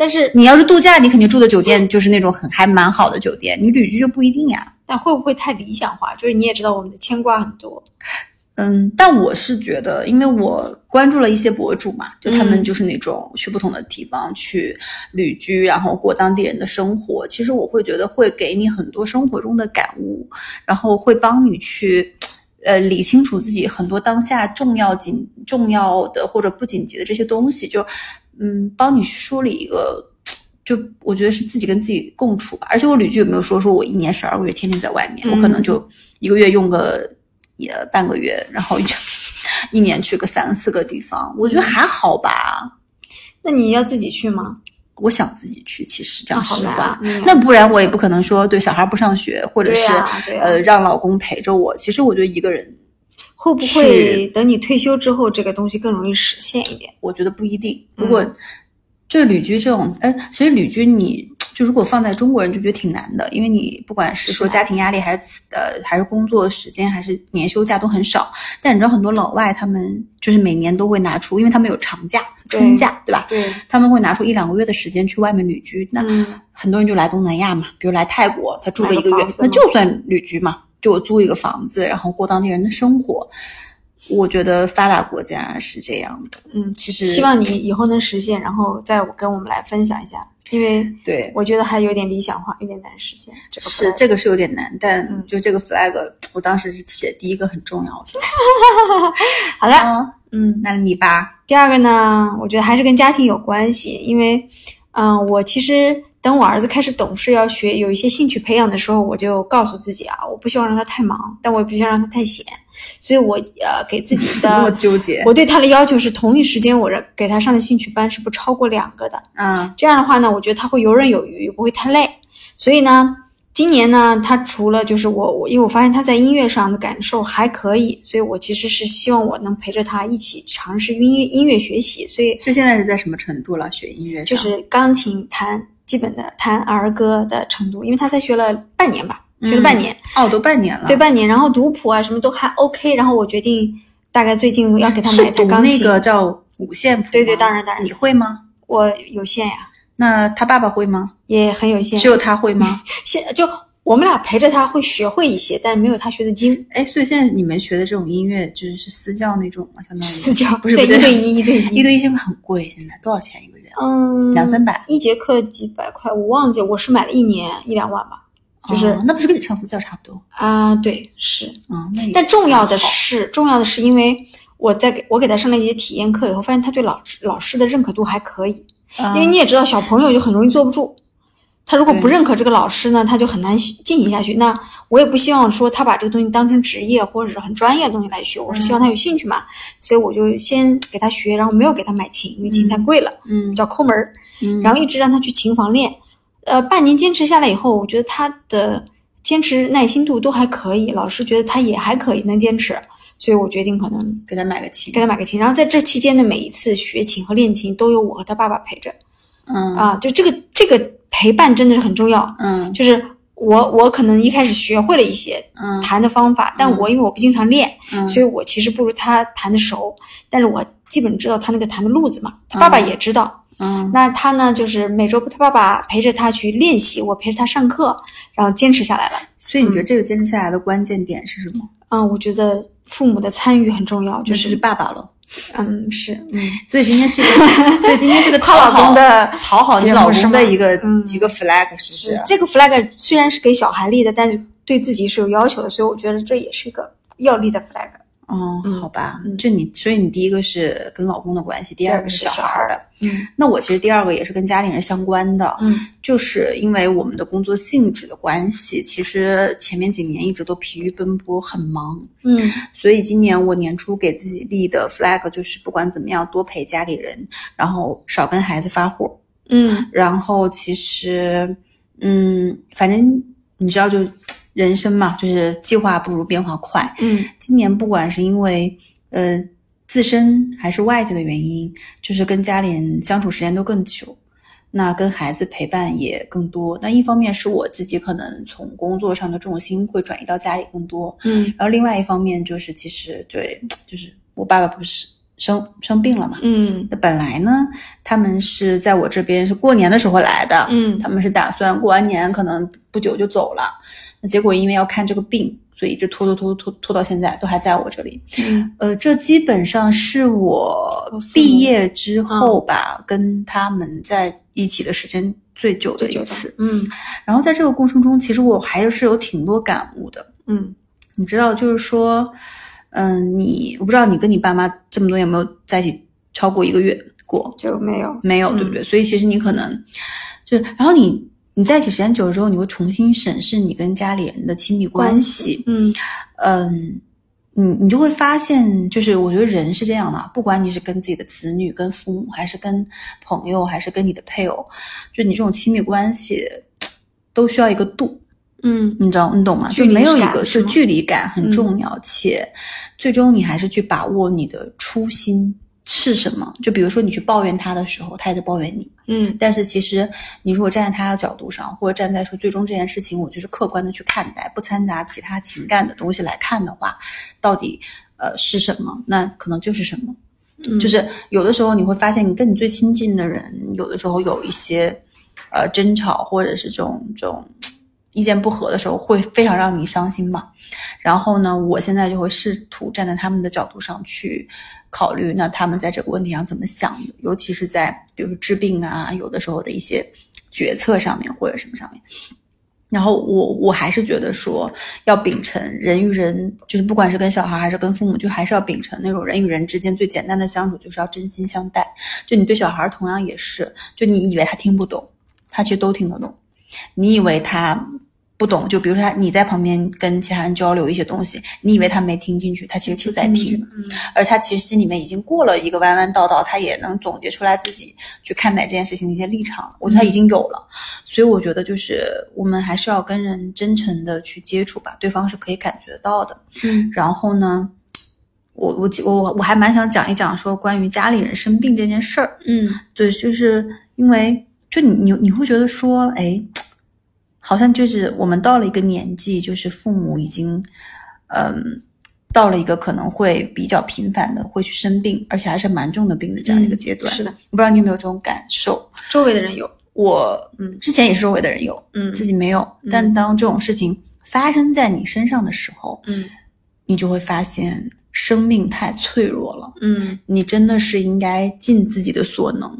Speaker 2: 但是
Speaker 1: 你要是度假，你肯定住的酒店就是那种很还蛮好的酒店，你旅居就不一定呀。
Speaker 2: 但会不会太理想化？就是你也知道我们的牵挂很多，
Speaker 1: 嗯，但我是觉得，因为我关注了一些博主嘛，就他们
Speaker 2: 嗯
Speaker 1: 就是那种去不同的地方去旅居，然后过当地人的生活。其实我会觉得会给你很多生活中的感悟，然后会帮你去，呃，理清楚自己很多当下重要紧重要的或者不紧急的这些东西，就嗯，帮你去梳理一个。就我觉得是自己跟自己共处吧，而且我旅居也没有说说我一年十二个月天天在外面，我可能
Speaker 2: 嗯
Speaker 1: 就一个月用个也半个月，然后一一年去个三四个地方，我觉
Speaker 2: 嗯
Speaker 1: 得还好吧。
Speaker 2: 那你要自己去吗？
Speaker 1: 我想自己去，其实
Speaker 2: 那
Speaker 1: 讲
Speaker 2: 好
Speaker 1: 实
Speaker 2: 难
Speaker 1: 话
Speaker 2: 啊，，嗯
Speaker 1: 那不然我也不可能说对小孩不上学，或者
Speaker 2: 对
Speaker 1: 是、
Speaker 2: 呀对啊呀
Speaker 1: 呃让老公陪着我。其实我觉得一个人，
Speaker 2: 会不会等你退休之后，这个东西更容易实现一点？
Speaker 1: 我觉得不一定。
Speaker 2: 嗯
Speaker 1: 如果就是旅居这种，哎，其实旅居你。就如果放在中国人就觉得挺难的，因为你不管是说
Speaker 2: 是啊
Speaker 1: 家庭压力，还是辞呃，还是工作时间，还是年休假都很少。但你知道很多老外他们就是每年都会拿出，因为他们有长假、
Speaker 2: 对
Speaker 1: 春假，对吧？
Speaker 2: 对，
Speaker 1: 他们会拿出一两个月的时间去外面旅居。那
Speaker 2: 嗯
Speaker 1: 很多人就来东南亚嘛，比如来泰国，他住个一个
Speaker 2: 买
Speaker 1: 月
Speaker 2: 个房，子
Speaker 1: 那
Speaker 2: 嘛
Speaker 1: 就算旅居嘛，就我租一个房子，然后过当地人的生活。我觉得发达国家是这样的，
Speaker 2: 嗯，
Speaker 1: 其实
Speaker 2: 希望你以后能实现，然后再跟我们来分享一下，因为
Speaker 1: 对
Speaker 2: 我觉得还有点理想化，有点难实现。这个
Speaker 1: 是
Speaker 2: 不太
Speaker 1: 这个是有点难，但
Speaker 2: 嗯
Speaker 1: 就这个 flag，我当时是写第一个很重要的。
Speaker 2: 好了，
Speaker 1: 啊，
Speaker 2: 嗯。
Speaker 1: 那你吧，
Speaker 2: 第二个呢，我觉得还是跟家庭有关系，因为，嗯、我其实等我儿子开始懂事，要学有一些兴趣培养的时候，我就告诉自己啊，我不希望让他太忙，但我也不希望让他太闲，所以我呃给自己
Speaker 1: 那么
Speaker 2: 的，
Speaker 1: 纠结。
Speaker 2: 我对他的要求是，同一时间我让给他上的兴趣班是不超过两个的。
Speaker 1: 嗯
Speaker 2: 这样的话呢，我觉得他会游刃有余，不会太累。所以呢，今年呢，他除了就是我我，因为我发现他在音乐上的感受还可以，所以我其实是希望我能陪着他一起尝试音乐音乐学习，所以
Speaker 1: 所以现在是在什么程度了？学音乐上
Speaker 2: 就是钢琴弹基本的弹儿歌的程度，因为他才学了半年吧，学了半年，
Speaker 1: 哦，都半年了，
Speaker 2: 对半年，然后读谱啊什么都还 OK，然后我决定大概最近要给他买
Speaker 1: 是
Speaker 2: 一台
Speaker 1: 读
Speaker 2: 钢
Speaker 1: 那
Speaker 2: 琴，
Speaker 1: 个叫五线谱吗。
Speaker 2: 对对当然当然
Speaker 1: 你会吗？
Speaker 2: 我有限呀、
Speaker 1: 那他爸爸会吗？
Speaker 2: 也很有限
Speaker 1: 只。有他会吗？
Speaker 2: 现就我们俩陪着他会学会一些，但没有他学的精。
Speaker 1: 哎，所以现在你们学的这种音乐就是是私教那种吗？相当于
Speaker 2: 私教
Speaker 1: 嗯不是
Speaker 2: 对
Speaker 1: 不
Speaker 2: 一对一 一对一
Speaker 1: 一对一是不是很贵？现在多少钱一个月？啊
Speaker 2: 嗯，
Speaker 1: 两三百
Speaker 2: 一节课几百块，我忘记，我是买了一年一两万吧。就是
Speaker 1: 哦那不是跟你上私教差不多？
Speaker 2: 啊、对，是。
Speaker 1: 嗯，那也
Speaker 2: 但重要的
Speaker 1: 还好
Speaker 2: 是，重要的是，因为我在给我给他上了一节体验课以后，发现他对老师老师的认可度还可以。因为你也知道，小朋友就很容易坐不住。他如果不
Speaker 1: 对
Speaker 2: 认可这个老师呢，他就很难进行下去。那我也不希望说他把这个东西当成职业或者是很专业的东西来学，我是
Speaker 1: 嗯
Speaker 2: 希望他有兴趣嘛。所以我就先给他学，然后没有给他买琴，因为琴太贵了，
Speaker 1: 嗯
Speaker 2: 比，较抠门儿。
Speaker 1: 嗯
Speaker 2: 然后一直让他去琴房练。呃，半年坚持下来以后，我觉得他的坚持耐心度都还可以，老师觉得他也还可以能坚持，所以我决定可能
Speaker 1: 给他买个琴
Speaker 2: 给，他买个琴。然后在这期间的每一次学琴和练琴，都有我和他爸爸陪着
Speaker 1: 嗯
Speaker 2: 啊，就这个这个陪伴真的是很重要。
Speaker 1: 嗯
Speaker 2: 就是我我可能一开始学会了一些
Speaker 1: 嗯
Speaker 2: 弹的方法，但我因为我不经常练，
Speaker 1: 嗯，
Speaker 2: 所以我其实不如他弹的熟，但是我基本知道他那个弹的路子嘛，他爸爸也知道。
Speaker 1: 嗯
Speaker 2: 那他呢，就是每周他爸爸陪着他去练习，我陪着他上课，然后坚持下来了。
Speaker 1: 所以你觉得这个坚持下来的关键点是什么？
Speaker 2: 嗯，我觉得父母的参与很重要，就
Speaker 1: 就是是爸爸了。
Speaker 2: 嗯是嗯
Speaker 1: 所以今天是一 个，所以今天是个
Speaker 2: 靠老公的
Speaker 1: 讨好你
Speaker 2: 节目
Speaker 1: 老
Speaker 2: 是
Speaker 1: 公
Speaker 2: 吗
Speaker 1: 的一个
Speaker 2: 嗯
Speaker 1: 几个 flag 是不是
Speaker 2: 是？这个 flag 虽然是给小孩立的，但是对自己是有要求的，所以我觉得这也是一个要立的 flag。
Speaker 1: 哦
Speaker 2: 嗯，
Speaker 1: 好吧
Speaker 2: 嗯，
Speaker 1: 这你所以你第一个是跟老公的关系，第二个是
Speaker 2: 第二个是
Speaker 1: 小孩儿
Speaker 2: 小
Speaker 1: 的。
Speaker 2: 嗯
Speaker 1: 那我其实第二个也是跟家里人相关的，
Speaker 2: 嗯
Speaker 1: 就是因为我们的工作性质的关系，其实前面几年一直都疲于奔波，很忙。
Speaker 2: 嗯
Speaker 1: 所以今年我年初给自己立的 flag 就是，不管怎么样多陪家里人，然后少跟孩子发火。
Speaker 2: 嗯
Speaker 1: 然后其实，嗯，反正你知道就，人生嘛，就是计划不如变化快。
Speaker 2: 嗯
Speaker 1: 今年不管是因为呃自身还是外界的原因，就是跟家里人相处时间都更久，那跟孩子陪伴也更多。那一方面是我自己可能从工作上的重心会转移到家里更多，
Speaker 2: 嗯
Speaker 1: 然后呃另外一方面就是其实对，就是我爸爸不是生生病了嘛。
Speaker 2: 嗯
Speaker 1: 那本来呢，他们是在我这边是过年的时候来的，
Speaker 2: 嗯
Speaker 1: 他们是打算过完年可能不久就走了，那结果因为要看这个病，所以一直拖拖拖拖拖到现在都还在我这里。
Speaker 2: 嗯
Speaker 1: 呃，这基本上是我嗯
Speaker 2: 父母
Speaker 1: 毕业之后吧，跟他们在一起的时间最久的一次。
Speaker 2: 嗯
Speaker 1: 然后在这个过程中，其实我还是有挺多感悟的。
Speaker 2: 嗯
Speaker 1: 你知道，就是说，嗯，你我不知道你跟你爸妈这么多年有没有在一起超过一个月过？
Speaker 2: 就没有
Speaker 1: 没有，
Speaker 2: 嗯
Speaker 1: 对不对？所以其实你可能就，然后你你在一起时间久了之后，你会重新审视你跟家里人的亲密关系，
Speaker 2: 嗯
Speaker 1: 嗯。你你就会发现，就是我觉得人是这样的，不管你是跟自己的子女、跟父母，还是跟朋友，还是跟你的配偶，就你这种亲密关系，都需要一个度，
Speaker 2: 嗯
Speaker 1: 你知道，你懂吗？
Speaker 2: 距
Speaker 1: 就
Speaker 2: 离
Speaker 1: 没有一
Speaker 2: 感
Speaker 1: 个
Speaker 2: 是
Speaker 1: 就
Speaker 2: 吗嗯
Speaker 1: 距离感很重要，且最终你还是去把握你的初心是什么。就比如说你去抱怨他的时候，他也在抱怨你，
Speaker 2: 嗯
Speaker 1: 但是其实你如果站在他的角度上，或者站在说最终这件事情，我就是客观的去看待，不掺杂其他情感的东西来看的话，到底呃是什么？那可能就是什么。
Speaker 2: 嗯
Speaker 1: 就是有的时候你会发现，你跟你最亲近的人，有的时候有一些呃争吵或者是这种这种嘖意见不合的时候，会非常让你伤心嘛。然后呢，我现在就会试图站在他们的角度上去考虑，那他们在这个问题上怎么想的，尤其是在比如说治病啊，有的时候的一些决策上面或者什么上面。然后我我还是觉得说，要秉承人与人，就是不管是跟小孩还是跟父母，就还是要秉承那种人与人之间最简单的相处，就是要真心相待。就你对小孩同样也是，就你以为他听不懂，他其实都听得懂。你以为他不懂，就比如说他你在旁边跟其他人交流一些东西，你以为他没听进去，他其实就在听，而他其实心里面已经过了一个弯弯道道，他也能总结出来自己去看待这件事情的一些立场了。我觉得他已经有了，所以我觉得就是我们还是要跟人真诚的去接触吧，对方是可以感觉得到的。
Speaker 2: 嗯
Speaker 1: 然后呢，我我我我还蛮想讲一讲说关于家里人生病这件事儿，
Speaker 2: 嗯
Speaker 1: 对，就是因为就你你你会觉得说，哎，好像就是我们到了一个年纪，就是父母已经，嗯，到了一个可能会比较频繁的会去生病，而且还是蛮重的病的这样一个
Speaker 2: 嗯
Speaker 1: 阶段。
Speaker 2: 是的，
Speaker 1: 我不知道你有没有这种感受？
Speaker 2: 周围的人有
Speaker 1: 我我
Speaker 2: 嗯
Speaker 1: 之前也是周围的人有，
Speaker 2: 嗯
Speaker 1: 自己没有。但当这种事情发生在你身上的时候，
Speaker 2: 嗯
Speaker 1: 你就会发现生命太脆弱了。
Speaker 2: 嗯
Speaker 1: 你真的是应该尽自己的所能，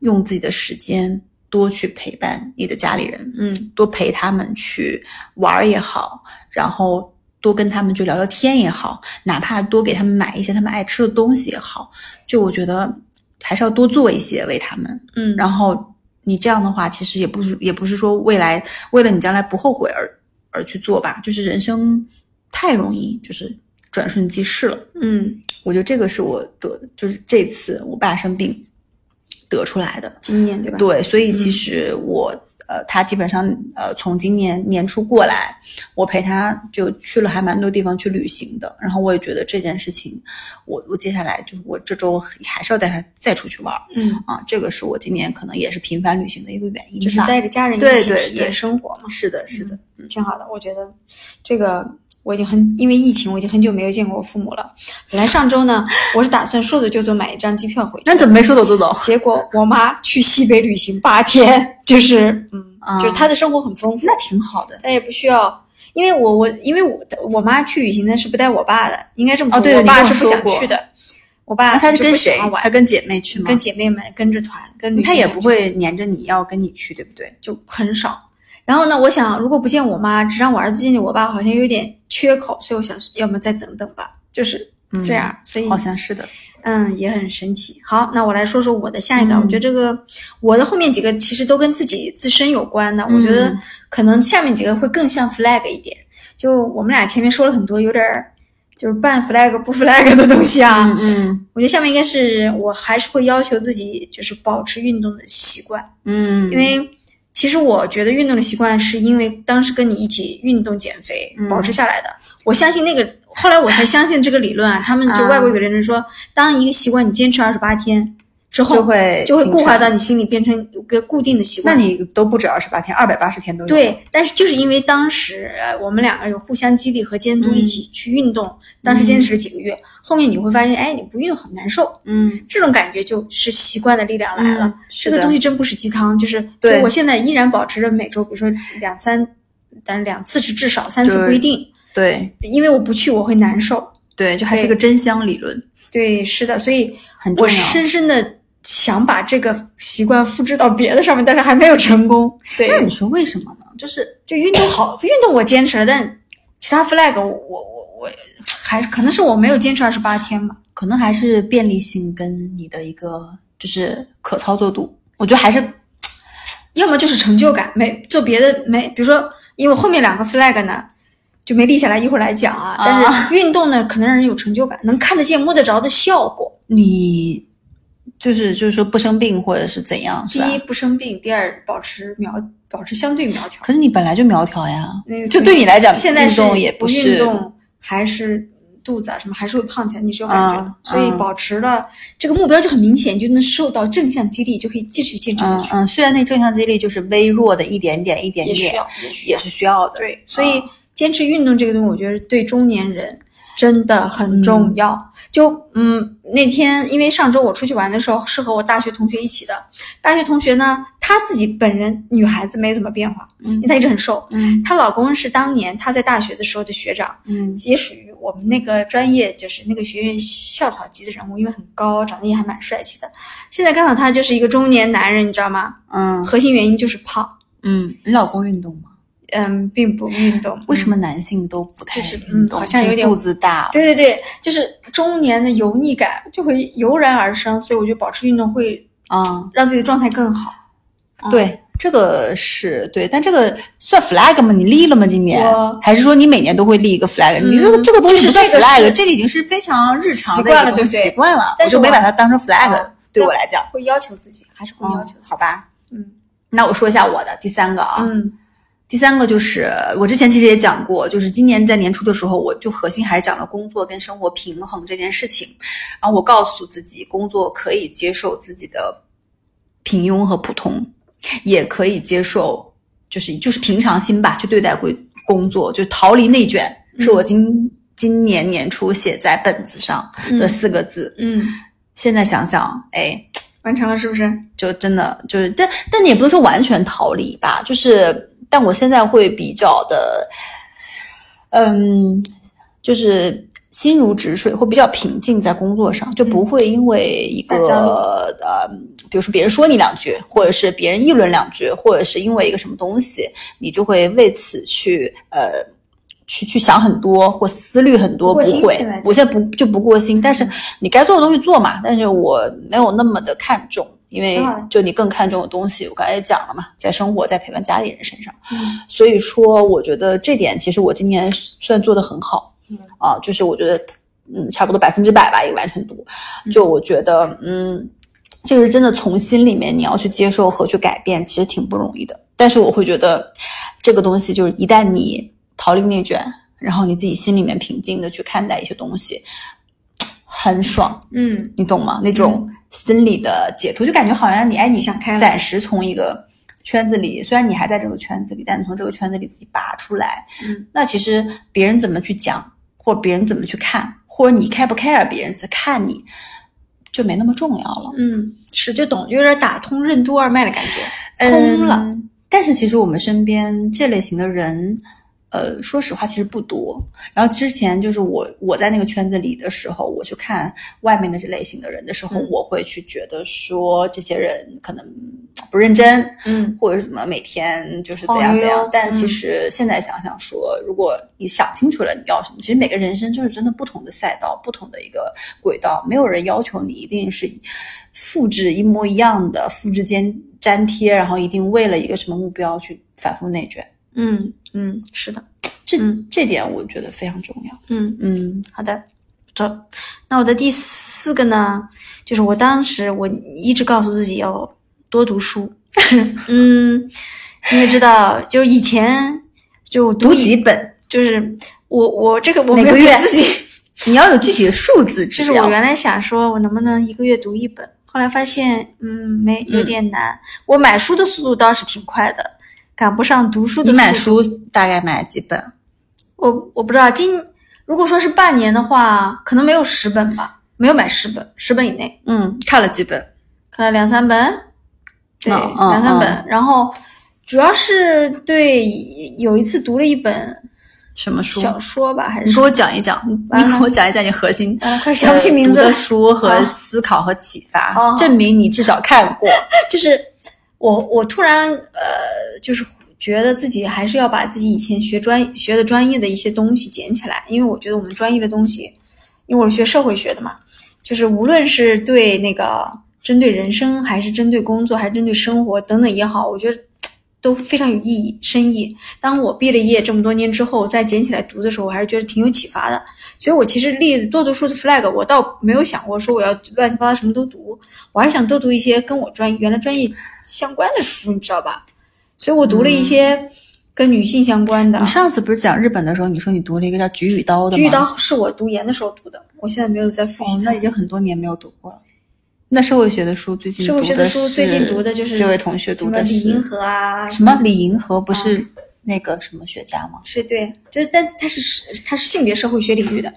Speaker 1: 用自己的时间多去陪伴你的家里人，
Speaker 2: 嗯
Speaker 1: 多陪他们去玩儿也好，然后多跟他们去聊聊天也好，哪怕多给他们买一些他们爱吃的东西也好，就我觉得还是要多做一些为他们。
Speaker 2: 嗯，
Speaker 1: 然后你这样的话，其实也不是也不是说未来为了你将来不后悔而而去做吧，就是人生太容易就是转瞬即逝了。
Speaker 2: 嗯，
Speaker 1: 我觉得这个是我得，就是这次我爸生病得出来的。
Speaker 2: 经验对吧？
Speaker 1: 对，所以
Speaker 2: 嗯
Speaker 1: 其实我、呃，他基本上呃，从今年年初过来，我陪他就去了还蛮多地方去旅行的。然后我也觉得这件事情，我我接下来就是我这周还是要带他再出去玩儿
Speaker 2: 嗯，
Speaker 1: 啊，这个是我今年可能也是频繁旅行的一个原因吧。
Speaker 2: 就是带着嗯家人
Speaker 1: 对
Speaker 2: 一起
Speaker 1: 对
Speaker 2: 体
Speaker 1: 对
Speaker 2: 验生活嘛，
Speaker 1: 是的，是的，
Speaker 2: 挺好的。我觉得这个我已经很，因为疫情，我已经很久没有见过我父母了。本来上周呢，我是打算说走就走买一张机票回去，
Speaker 1: 那怎么没说走就走？
Speaker 2: 结果我妈去西北旅行八天，就是嗯，
Speaker 1: 啊
Speaker 2: 就是她的生活很丰富，
Speaker 1: 那挺好的。
Speaker 2: 她也不需要。因为我我因为我我妈去旅行，但是不带我爸的，应该这么说。
Speaker 1: 哦对的
Speaker 2: 我爸
Speaker 1: 你跟
Speaker 2: 是
Speaker 1: 我
Speaker 2: 不想
Speaker 1: 说过
Speaker 2: 去的。我爸
Speaker 1: 那他
Speaker 2: 是
Speaker 1: 是跟
Speaker 2: 不喜
Speaker 1: 谁
Speaker 2: 欢？
Speaker 1: 他
Speaker 2: 玩，
Speaker 1: 跟姐妹去吗？
Speaker 2: 跟姐妹们跟着团，跟旅
Speaker 1: 他
Speaker 2: 行
Speaker 1: 也
Speaker 2: 团
Speaker 1: 不
Speaker 2: 去
Speaker 1: 会黏着你要跟你去，对不对？
Speaker 2: 就很少。然后呢，我想如果不见我妈，只让我儿子见见我爸，好像有点缺口，所以我想要么再等等吧，就是嗯这样。所以
Speaker 1: 好像是的。
Speaker 2: 嗯也很神奇。好，那我来说说我的下一个，
Speaker 1: 嗯
Speaker 2: 我觉得这个我的后面几个其实都跟自己自身有关的，我
Speaker 1: 嗯
Speaker 2: 觉得可能下面几个会更像 flag 一点。就我们俩前面说了很多，有点儿就是半 flag 不 flag 的东西啊。
Speaker 1: 嗯
Speaker 2: 我觉得下面应该是我还是会要求自己就是保持运动的习惯。
Speaker 1: 嗯，
Speaker 2: 因为其实我觉得运动的习惯是因为当时跟你一起运动减肥、
Speaker 1: 嗯
Speaker 2: 保持下来的。我相信那个，后来我才相信这个理论啊。他们就
Speaker 1: 啊
Speaker 2: 外国有个人说，当一个习惯你坚持二十八天之后，
Speaker 1: 就会
Speaker 2: 就会
Speaker 1: 形
Speaker 2: 固化
Speaker 1: 成
Speaker 2: 到你心里，变成一个固定的习
Speaker 1: 那
Speaker 2: 惯。
Speaker 1: 你都不止二十八天，二百八十天都有。，
Speaker 2: 对，但是就是因为当时呃我们两个有互相激励和监督，
Speaker 1: 嗯
Speaker 2: 一起去运动，当时坚持了几个月，后面你会发现，哎，你不运动很难受，
Speaker 1: 嗯，
Speaker 2: 这种感觉就是习惯的力量来了。
Speaker 1: 嗯
Speaker 2: 这
Speaker 1: 是
Speaker 2: 个
Speaker 1: 的
Speaker 2: 东西真不是鸡汤，就是，所
Speaker 1: 对
Speaker 2: 以我现在依然保持着每周，比如说两三，但是两次是至少，三次
Speaker 1: 对
Speaker 2: 不一定，
Speaker 1: 对
Speaker 2: 因为我不去我会难受。
Speaker 1: 对，就还是
Speaker 2: 对
Speaker 1: 一个真香理论，
Speaker 2: 对，是的，所以
Speaker 1: 很重
Speaker 2: 我
Speaker 1: 要。
Speaker 2: 深深的想把这个习惯复制到别的上面，但是还没有成功。对，
Speaker 1: 那你说为什么呢？就是
Speaker 2: 就运动好，运动我坚持了，但其他 flag 我我我我还可能是我没有坚持二十八天吧。
Speaker 1: 可能还是便利性跟你的一个就是可操作度，我觉得还是
Speaker 2: 要么就是成就感，没做别的没，比如说，因为后面两个 flag 呢就没立下来，一会儿来讲啊。
Speaker 1: 啊
Speaker 2: 但是运动呢，可能让人有成就感，能看得见、摸得着的效果。
Speaker 1: 你就是就是说不生病或者是怎样，是
Speaker 2: 第
Speaker 1: 吧？
Speaker 2: 一，不生病；第二，保持苗，保持相对苗条。
Speaker 1: 可是你本来就苗条呀，
Speaker 2: 那个
Speaker 1: 就对你来讲，
Speaker 2: 现在
Speaker 1: 运
Speaker 2: 是
Speaker 1: 动也不
Speaker 2: 运
Speaker 1: 是
Speaker 2: 动还是肚子啊什么，还是会胖起来，你是有感觉的。
Speaker 1: 啊
Speaker 2: 所以
Speaker 1: 啊
Speaker 2: 保持了这个目标就很明显，你就能受到正向激励，就可以继续坚持下
Speaker 1: 嗯
Speaker 2: 去。
Speaker 1: 嗯，虽然那正向激励就是微弱的一点点一点
Speaker 2: 也需
Speaker 1: 点，
Speaker 2: 要，也需要
Speaker 1: 也。是需要的。
Speaker 2: 对，所以坚持运动这个东西，我觉得对中年人真的
Speaker 1: 嗯
Speaker 2: 很重要。就嗯，那天因为上周我出去玩的时候是和我大学同学一起的，大学同学呢，她自己本人女孩子没怎么变化，因
Speaker 1: 嗯
Speaker 2: 为她一直很瘦。
Speaker 1: 嗯
Speaker 2: 她老公是当年她在大学的时候的学长，
Speaker 1: 嗯
Speaker 2: 也属于我们那个专业，就是那个学院校草级的人物，因为很高，长得也还蛮帅气的。现在刚好他就是一个中年男人，你知道吗？
Speaker 1: 嗯
Speaker 2: 核心原因就是胖，
Speaker 1: 嗯，你老公运动吗？
Speaker 2: 嗯，并不运动。
Speaker 1: 为什么男性都不太
Speaker 2: 嗯就是
Speaker 1: 运动？
Speaker 2: 嗯好像
Speaker 1: 就是
Speaker 2: 有点
Speaker 1: 肚子大。
Speaker 2: 对对对，就是中年的油腻感就会油然而生，所以我觉得保持运动会
Speaker 1: 啊，
Speaker 2: 让自己的状态更好。嗯
Speaker 1: 对，这个是对，但这个算 flag 吗？你立了吗？今年
Speaker 2: 我
Speaker 1: 还是说你每年都会立一个 flag？
Speaker 2: 嗯
Speaker 1: 你说这个东西不叫
Speaker 2: 就是这个
Speaker 1: flag，
Speaker 2: 是
Speaker 1: 这个已经是非常日常的
Speaker 2: 习惯了
Speaker 1: 一个东西
Speaker 2: 对不
Speaker 1: 习
Speaker 2: 对
Speaker 1: 惯了，
Speaker 2: 但是
Speaker 1: 我
Speaker 2: 我
Speaker 1: 就没把它当成 flag
Speaker 2: 嗯。
Speaker 1: 对我来讲，
Speaker 2: 会要求自己，还是会要求自己、
Speaker 1: 嗯好？吧。
Speaker 2: 嗯
Speaker 1: 那我说一下我的第三个啊，
Speaker 2: 嗯
Speaker 1: 第三个就是我之前其实也讲过，就是今年在年初的时候，我就核心还是讲了工作跟生活平衡这件事情。然后我告诉自己，工作可以接受自己的平庸和普通，也可以接受，就是 就是平常心吧，去对待工工作，就逃离内卷，
Speaker 2: 嗯
Speaker 1: 是我今今年年初写在本子上的四个字。
Speaker 2: 嗯
Speaker 1: 现在想想，哎，
Speaker 2: 完成了是不是？
Speaker 1: 就真的就是，但但你也不能说完全逃离吧，就是，但我现在会比较的，嗯，就是心如止水，会比较平静在工作上，就不会因为一个、
Speaker 2: 大家
Speaker 1: 呃，比如说别人说你两句，或者是别人议论两句，或者是因为一个什么东西，你就会为此去呃。去去想很多或思虑很多，
Speaker 2: 不过
Speaker 1: 不
Speaker 2: 心
Speaker 1: 会
Speaker 2: 现在，
Speaker 1: 我现在不就不过心，但是你该做的东西做嘛，但是我没有那么的看重，因为
Speaker 2: 挺好的
Speaker 1: 就你更看重的东西，我刚才也讲了嘛，在生活在陪伴家里人身上，
Speaker 2: 嗯
Speaker 1: 所以说我觉得这点其实我今年算做的很好，
Speaker 2: 嗯
Speaker 1: 啊，就是我觉得嗯差不多百分之百吧，一个完成度，就我觉得嗯，这个是真的从心里面你要去接受和去改变，其实挺不容易的，但是我会觉得这个东西就是一旦你逃离内卷，然后你自己心里面平静的去看待一些东西，很爽。
Speaker 2: 嗯，
Speaker 1: 你懂吗？那种心理的解脱，就感觉好像你哎，你
Speaker 2: 想开了
Speaker 1: 暂时从一个圈子里，虽然你还在这个圈子里，但你从这个圈子里自己拔出来。
Speaker 2: 嗯，
Speaker 1: 那其实别人怎么去讲，或者别人怎么去看，或者你 care 不 care 别人怎么看你，就没那么重要了。
Speaker 2: 嗯，是就懂，有点打通任督二脉的感觉，
Speaker 1: 通
Speaker 2: 通
Speaker 1: 了。
Speaker 2: 了。
Speaker 1: 但是其实我们身边这类型的人，呃，说实话其实不多。然后之前就是我我在那个圈子里的时候，我去看外面的这类型的人的时候，
Speaker 2: 嗯
Speaker 1: 我会去觉得说这些人可能不认真，
Speaker 2: 嗯
Speaker 1: 或者是怎么每天就是怎样
Speaker 2: 晃悠
Speaker 1: 怎样。但
Speaker 2: 嗯
Speaker 1: 其实现在想想说，如果你想清楚了你要什么，其实每个人生就是真的不同的赛道，不同的一个轨道，没有人要求你一定是复制一模一样的复制粘粘贴，然后一定为了一个什么目标去反复内卷。
Speaker 2: 嗯嗯，是的，
Speaker 1: 这、
Speaker 2: 嗯
Speaker 1: 这点我觉得非常重要。
Speaker 2: 嗯。
Speaker 1: 嗯
Speaker 2: 好的，不错。那我的第四个呢，就是我当时我一直告诉自己要多读 书。嗯，你也知道，就是以前就读以，
Speaker 1: 本，
Speaker 2: 就是我我这个我
Speaker 1: 每
Speaker 2: 没有
Speaker 1: 个月
Speaker 2: 给自己，
Speaker 1: 你要有具体的数字指
Speaker 2: 就
Speaker 1: 标。
Speaker 2: 是我原来想说我能不能一个月读一本，后来发现嗯没有
Speaker 1: 嗯
Speaker 2: 点难。我买书的速度倒是挺快的，赶不上读书的
Speaker 1: 你
Speaker 2: 速度。
Speaker 1: 买书大概买几本？
Speaker 2: 我我不知道，今如果说是半年的话，可能没有十本吧，没有买十本，十本以内。
Speaker 1: 嗯，看了几本。
Speaker 2: 可能两三本，对，
Speaker 1: 嗯嗯
Speaker 2: 两三本。
Speaker 1: 嗯
Speaker 2: 然后主要是对有一次读了一本
Speaker 1: 什么书？
Speaker 2: 小说吧，还是
Speaker 1: 你
Speaker 2: 什
Speaker 1: 给
Speaker 2: 么
Speaker 1: 我讲一讲，你
Speaker 2: 完了
Speaker 1: 给我讲一讲你核心
Speaker 2: 完了快想不起
Speaker 1: 呃
Speaker 2: 名字
Speaker 1: 读的
Speaker 2: 了
Speaker 1: 书和
Speaker 2: 啊
Speaker 1: 思考和启发，
Speaker 2: 哦
Speaker 1: 证明你至少看过。
Speaker 2: 就是我我突然呃，就是觉得自己还是要把自己以前学专学的专业的一些东西捡起来，因为我觉得我们专业的东西，因为我是学社会学的嘛，就是无论是对那个针对人生，还是针对工作，还是针对生活等等也好，我觉得。都非常有意义、深意。当我毕了业这么多年之后，再捡起来读的时候，我还是觉得挺有启发的。所以我其实立多读书的 flag，我倒没有想过说我要乱七八糟什么都读，我还想多读一些跟我专原来专业相关的书，你知道吧？所以我读了一些跟女性相关的。
Speaker 1: 嗯你上次不是讲日本的时候，你说你读了一个叫《啊菊与刀》的吗？
Speaker 2: 菊与刀是我读研的时候读的，我现在没有在复
Speaker 1: 哦
Speaker 2: 习它。
Speaker 1: 那已经很多年没有读过了。那社会学的书最近
Speaker 2: 社会学
Speaker 1: 读的
Speaker 2: 书
Speaker 1: 是
Speaker 2: 最近读的就是
Speaker 1: 这位同学读的
Speaker 2: 什么
Speaker 1: 是
Speaker 2: 李银河啊，
Speaker 1: 什么李银河不是那个什么学家吗？
Speaker 2: 是对，就是但它是它是性别社会学领域的，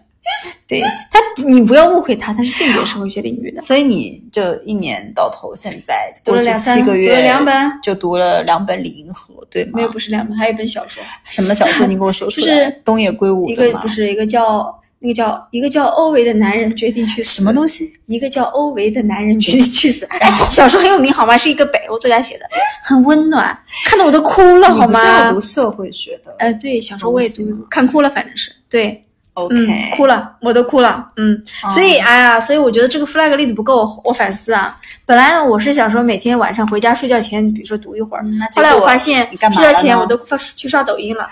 Speaker 2: 对它你不要误会它，它是性别社会学领域的。
Speaker 1: 所以你就一年到头，现在
Speaker 2: 读
Speaker 1: 过
Speaker 2: 了
Speaker 1: 去
Speaker 2: 两三
Speaker 1: 七个月，
Speaker 2: 读了两本，
Speaker 1: 就读了两本李银河，对吗？
Speaker 2: 没有，不是两本，还有一本小说，
Speaker 1: 什么小说？你给我说出来。
Speaker 2: 就是
Speaker 1: 东野圭吾
Speaker 2: 一
Speaker 1: 的
Speaker 2: 个
Speaker 1: 吗
Speaker 2: 不是一个叫那个叫一个叫欧维的男人决定去死
Speaker 1: 什么东西？
Speaker 2: 一个叫欧维的男人决定去死。哎，小说很有名好吗？是一个北欧作家写的，很温暖，看得我都哭了好吗？
Speaker 1: 社会学的嗯
Speaker 2: 呃，对，小说我也
Speaker 1: 东西吗
Speaker 2: 读，看哭了，反正是对，
Speaker 1: ，OK，、哦
Speaker 2: 嗯，哭了，我都哭了，嗯，所以哎呀，所以我觉得这个 flag 立的不够，我反思啊。本来我是想说每天晚上回家睡觉前，比如说读一会儿，
Speaker 1: 嗯那
Speaker 2: 后来
Speaker 1: 结果
Speaker 2: 我发现
Speaker 1: 你
Speaker 2: 睡
Speaker 1: 干嘛
Speaker 2: 觉
Speaker 1: 了
Speaker 2: 前
Speaker 1: 呢
Speaker 2: 我都发去刷抖音了。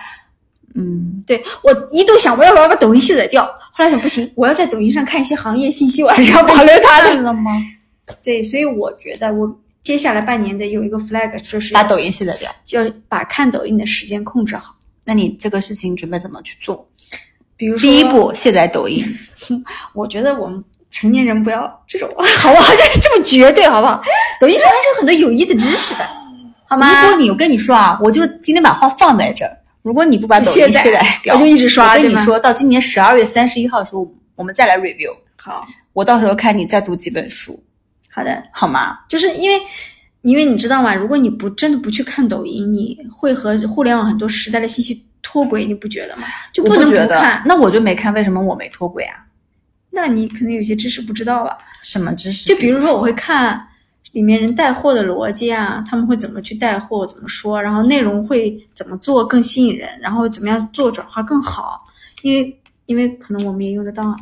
Speaker 1: 嗯，
Speaker 2: 对我一度想，我要不要把抖音卸载掉？后来想不行，我要在抖音上看一些行业信息，我还是要保留它的。
Speaker 1: 看了吗？
Speaker 2: 对，所以我觉得我接下来半年的有一个 flag 就是
Speaker 1: 把
Speaker 2: 要
Speaker 1: 抖音卸载掉。
Speaker 2: 就要把看抖音的时间控制好。
Speaker 1: 那你这个事情准备怎么去做？
Speaker 2: 比如说，
Speaker 1: 第一，步，卸载抖音。
Speaker 2: 我觉得我们成年人不要这种， 好，我好像是这么绝对，好不好？抖音上还是有很多有益的知识的，好吗？
Speaker 1: 如果你，我跟你说啊，我就今天把话放在这儿。如果你不把抖音
Speaker 2: 卸载
Speaker 1: 卸载掉，
Speaker 2: 我就一直刷
Speaker 1: 我跟
Speaker 2: 对
Speaker 1: 你
Speaker 2: 吗
Speaker 1: 说到今年十二月三十一号的时候，我们再来 review。
Speaker 2: 好，
Speaker 1: 我到时候看你再读几本书，好的，好吗？
Speaker 2: 就是因为，因为你知道吗？如果你不真的不去看抖音，你会和互联网很多时代的信息脱轨，你不觉得吗？就
Speaker 1: 我
Speaker 2: 能
Speaker 1: 觉
Speaker 2: 不
Speaker 1: 得
Speaker 2: 看，。
Speaker 1: 那我就没看，为什么我没脱轨啊？
Speaker 2: 那你可能有些知识不知道吧？
Speaker 1: 什么知识？
Speaker 2: 就比如说，我会看里面人带货的逻辑啊，他们会怎么去带货，怎么说，然后内容会怎么做更吸引人，然后怎么样做转化更好，因为因为可能我们也用得到啊，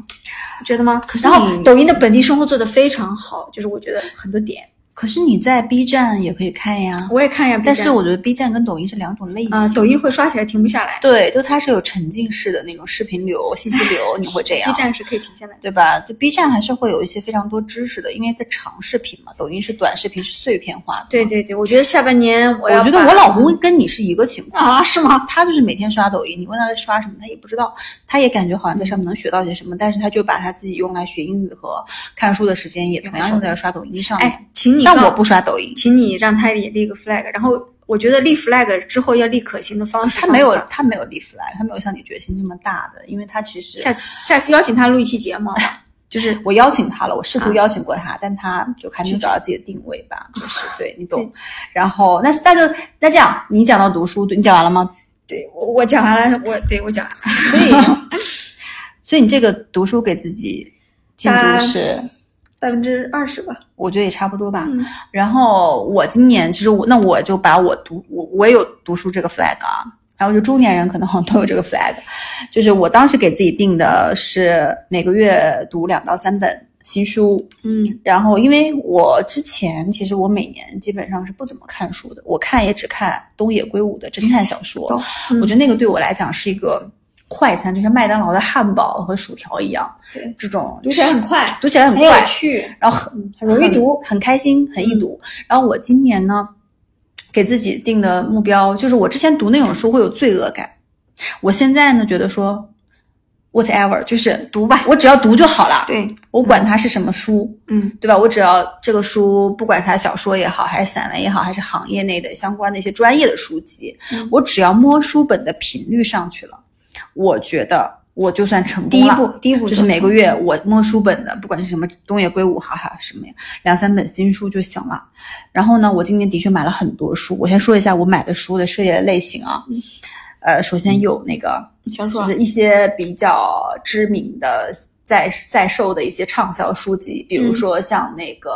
Speaker 2: 你觉得吗？
Speaker 1: 可是
Speaker 2: 然后
Speaker 1: 你
Speaker 2: 抖音的本地生活做得非常好，就是我觉得很多点
Speaker 1: 可是你在 B 站也可以看呀，
Speaker 2: 我也看呀，B
Speaker 1: 但是
Speaker 2: 站
Speaker 1: 我觉得 B 站跟抖音是两种类型。
Speaker 2: 啊、抖音会刷起来停不下来
Speaker 1: 对，就它是有沉浸式的那种视频流、信息流，你会这样
Speaker 2: ，B。站是可以停下来的。
Speaker 1: 对吧？就 B 站还是会有一些非常多知识的，因为它长视频嘛，抖音是短视频，是碎片化的。
Speaker 2: 对，对对，我觉得下半年我
Speaker 1: 我
Speaker 2: 要
Speaker 1: 觉得
Speaker 2: 把
Speaker 1: 我老公跟你是一个情况，
Speaker 2: 啊，是吗？
Speaker 1: 他就是每天刷抖音，你问他在刷什么，他也不知道，他也感觉好像在上面能学到些什么，但是他就把他自己用来学英语和看书的时间，也同样用在刷抖音上面。
Speaker 2: 哎，请你
Speaker 1: 但
Speaker 2: 告
Speaker 1: 我不刷抖音，
Speaker 2: 请你让他也立个 flag，然后我觉得立 flag 之后要立可行的方式。
Speaker 1: 他没有
Speaker 2: 方法
Speaker 1: 他没有立 flag，他没有像你决心这么大的，因为他其实
Speaker 2: 下期下期邀请他录一期节目，就是
Speaker 1: 我邀请他了，我试图
Speaker 2: 啊
Speaker 1: 邀请过他，但他就还没有找到自己的定位吧，就是对你懂。然后那是那就那这样，你讲到读书，对你讲完了吗？
Speaker 2: 对我我讲完了，我对我讲完了，
Speaker 1: 所以 所以你这个读书给自己进
Speaker 2: 大
Speaker 1: 度是。
Speaker 2: 百分之二十吧。
Speaker 1: 我觉得也差不多吧。
Speaker 2: 嗯
Speaker 1: 然后我今年其实我那我就把我读我我也有读书这个 flag 啊，然后就中年人可能好像都有这个 flag，就是我当时给自己定的是每个月读两到三本新书，
Speaker 2: 嗯
Speaker 1: 然后因为我之前其实我每年基本上是不怎么看书的，我看也只看东野圭吾的侦探小说，
Speaker 2: 懂
Speaker 1: 我觉得那个对我来讲是一个快餐，就像麦当劳的汉堡和薯条一样，
Speaker 2: 对
Speaker 1: 这种
Speaker 2: 读起来很快
Speaker 1: 读起来很
Speaker 2: 很有
Speaker 1: 快，
Speaker 2: 趣，嗯
Speaker 1: 然后很
Speaker 2: 很容易读，嗯
Speaker 1: 很开心，很易读。然后我今年呢，给自己定的目标就是，我之前读那种书会有罪恶感，我现在呢觉得说，whatever，就是读吧，我只要读就好了，
Speaker 2: 对，
Speaker 1: 我管它是什么书，
Speaker 2: 嗯
Speaker 1: 对吧？我只要这个书，不管是它小说也好，还是散文也好，还是行业内的相关的一些专业的书籍，
Speaker 2: 嗯
Speaker 1: 我只要摸书本的频率上去了，我觉得我就算成
Speaker 2: 第
Speaker 1: 功
Speaker 2: 一
Speaker 1: 了。
Speaker 2: 步第一步
Speaker 1: 就是每个月我摸书本的，不管是什么东野圭吾哈哈什么呀，两三本新书就行了。然后呢，我今年的确买了很多书，我先说一下我买的书的涉猎类型啊。
Speaker 2: 嗯
Speaker 1: 呃，首先有那个
Speaker 2: 小说
Speaker 1: 就是一些比较知名的在在售的一些畅销书籍，比
Speaker 2: 嗯
Speaker 1: 如说像那个、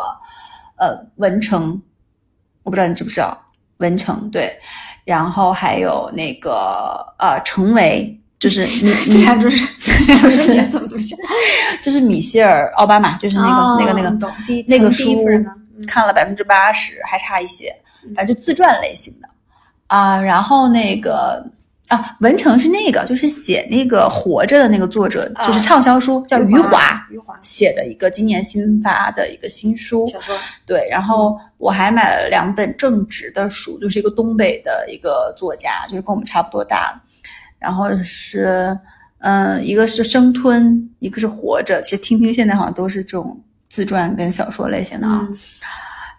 Speaker 1: 呃文成，我不知道你知不知道文成对，然后还有那个呃成为， 就是你
Speaker 2: 这
Speaker 1: 你
Speaker 2: 俩就是这俩就是你怎么怎么想，
Speaker 1: 就是米歇尔奥巴马，就是那个、那个那
Speaker 2: 哦
Speaker 1: 个
Speaker 2: 懂第一
Speaker 1: 那个
Speaker 2: 从第一
Speaker 1: 书
Speaker 2: 份呢嗯
Speaker 1: 看了百分之八十，还差一些
Speaker 2: 嗯，
Speaker 1: 反正就自传类型的啊。然后那个啊，文成是那个，就是写那个《活着》的那个作者，
Speaker 2: 啊
Speaker 1: 就是畅销书叫余华
Speaker 2: 余华
Speaker 1: 写的一个今年新发的一个新书。
Speaker 2: 小说，
Speaker 1: 对，然后我还买了两本正直的书，就是一个东北的一个作家，就是跟我们差不多大，然后是，嗯，一个是《生吞》，一个是《活着》。其实听听现在好像都是这种自传跟小说类型的啊。
Speaker 2: 嗯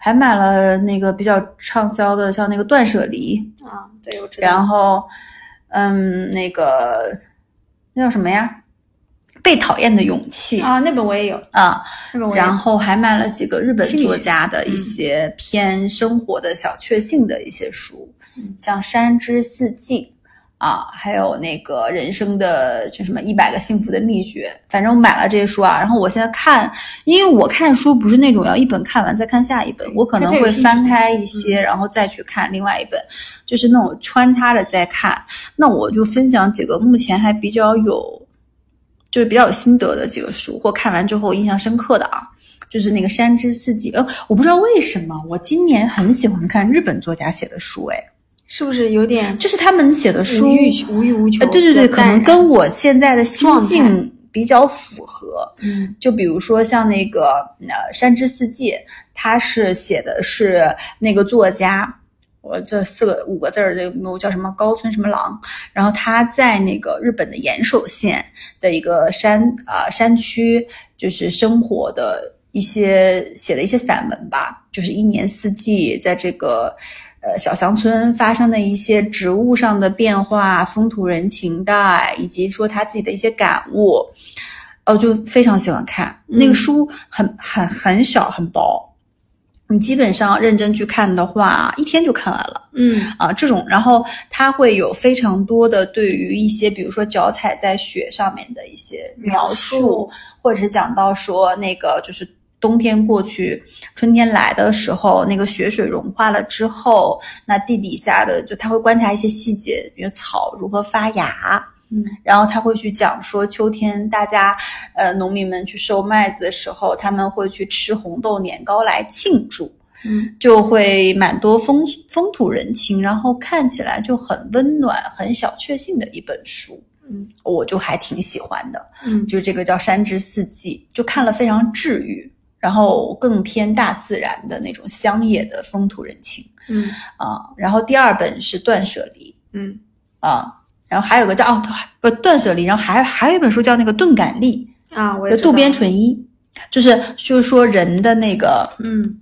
Speaker 1: 还买了那个比较畅销的，像那个断舍离，
Speaker 2: 啊，对我知道，
Speaker 1: 然后，嗯，那个那叫什么呀？被讨厌的勇气
Speaker 2: 啊那本我也有，
Speaker 1: 啊，
Speaker 2: 那本我也有
Speaker 1: 然后还买了几个日本
Speaker 2: 心理学嗯
Speaker 1: 作家的一些偏生活的小确幸的一些书，
Speaker 2: 嗯
Speaker 1: 像《山之四季》啊，还有那个人生的就什么一百个幸福的秘诀，反正我买了这些书啊。然后我现在看，因为我看书不是那种要一本看完再看下一本，我可能
Speaker 2: 它它有
Speaker 1: 会
Speaker 2: 兴趣
Speaker 1: 翻开
Speaker 2: 嗯
Speaker 1: 一些，然后再去看另外一本，就是那种穿插着在看。那我就分享几个目前还比较有，就是比较有心得的几个书，或看完之后印象深刻的啊，就是那个《山之四季》。呃，我不知道为什么我今年很喜欢看日本作家写的书，哎，
Speaker 2: 是不是有点
Speaker 1: 就是他们写的书
Speaker 2: 无，欲求无欲无求
Speaker 1: 呃，
Speaker 2: 比较淡然？
Speaker 1: 对对对，可能跟我现在的心
Speaker 2: 状
Speaker 1: 境比较符合。
Speaker 2: 嗯
Speaker 1: 就比如说像那个呃《山之四季》，它是写的是那个作家，我这四个五个字儿，这个叫什么高村什么郎，然后他在那个日本的岩手县的一个山啊、呃山区，就是生活的一些写的一些散文吧，就是一年四季在这个呃小乡村发生的一些植物上的变化、风土人情的，以及说他自己的一些感悟，哦，就非常喜欢看、那个
Speaker 2: 嗯
Speaker 1: 书很，很很小很薄，你基本上认真去看的话，一天就看完了。
Speaker 2: 嗯
Speaker 1: 啊，这种，然后它会有非常多的对于一些，比如说脚踩在雪上面的一些描述，
Speaker 2: 描述
Speaker 1: 或者是讲到说那个就是冬天过去，春天来的时候，那个雪水融化了之后，那地底下的就他会观察一些细节，比如草如何发芽。
Speaker 2: 嗯，
Speaker 1: 然后他会去讲说，秋天大家，呃，农民们去收麦子的时候，他们会去吃红豆年糕来庆祝。
Speaker 2: 嗯
Speaker 1: 就会蛮多风风土人情，然后看起来就很温暖、很小确幸的一本书。
Speaker 2: 嗯，
Speaker 1: 我就还挺喜欢的，
Speaker 2: 嗯，
Speaker 1: 就这个叫《山之四季》，就看了非常治愈，然后更偏大自然的那种乡野的风土人情
Speaker 2: 嗯
Speaker 1: 啊。然后第二本是《断舍离
Speaker 2: 嗯》
Speaker 1: 啊，然后还有个叫哦不《断舍离》，然后还还有一本书叫那个《钝感力
Speaker 2: 啊，我》，也
Speaker 1: 就
Speaker 2: 知道
Speaker 1: 渡边淳一，就是就是说人的那个
Speaker 2: 嗯，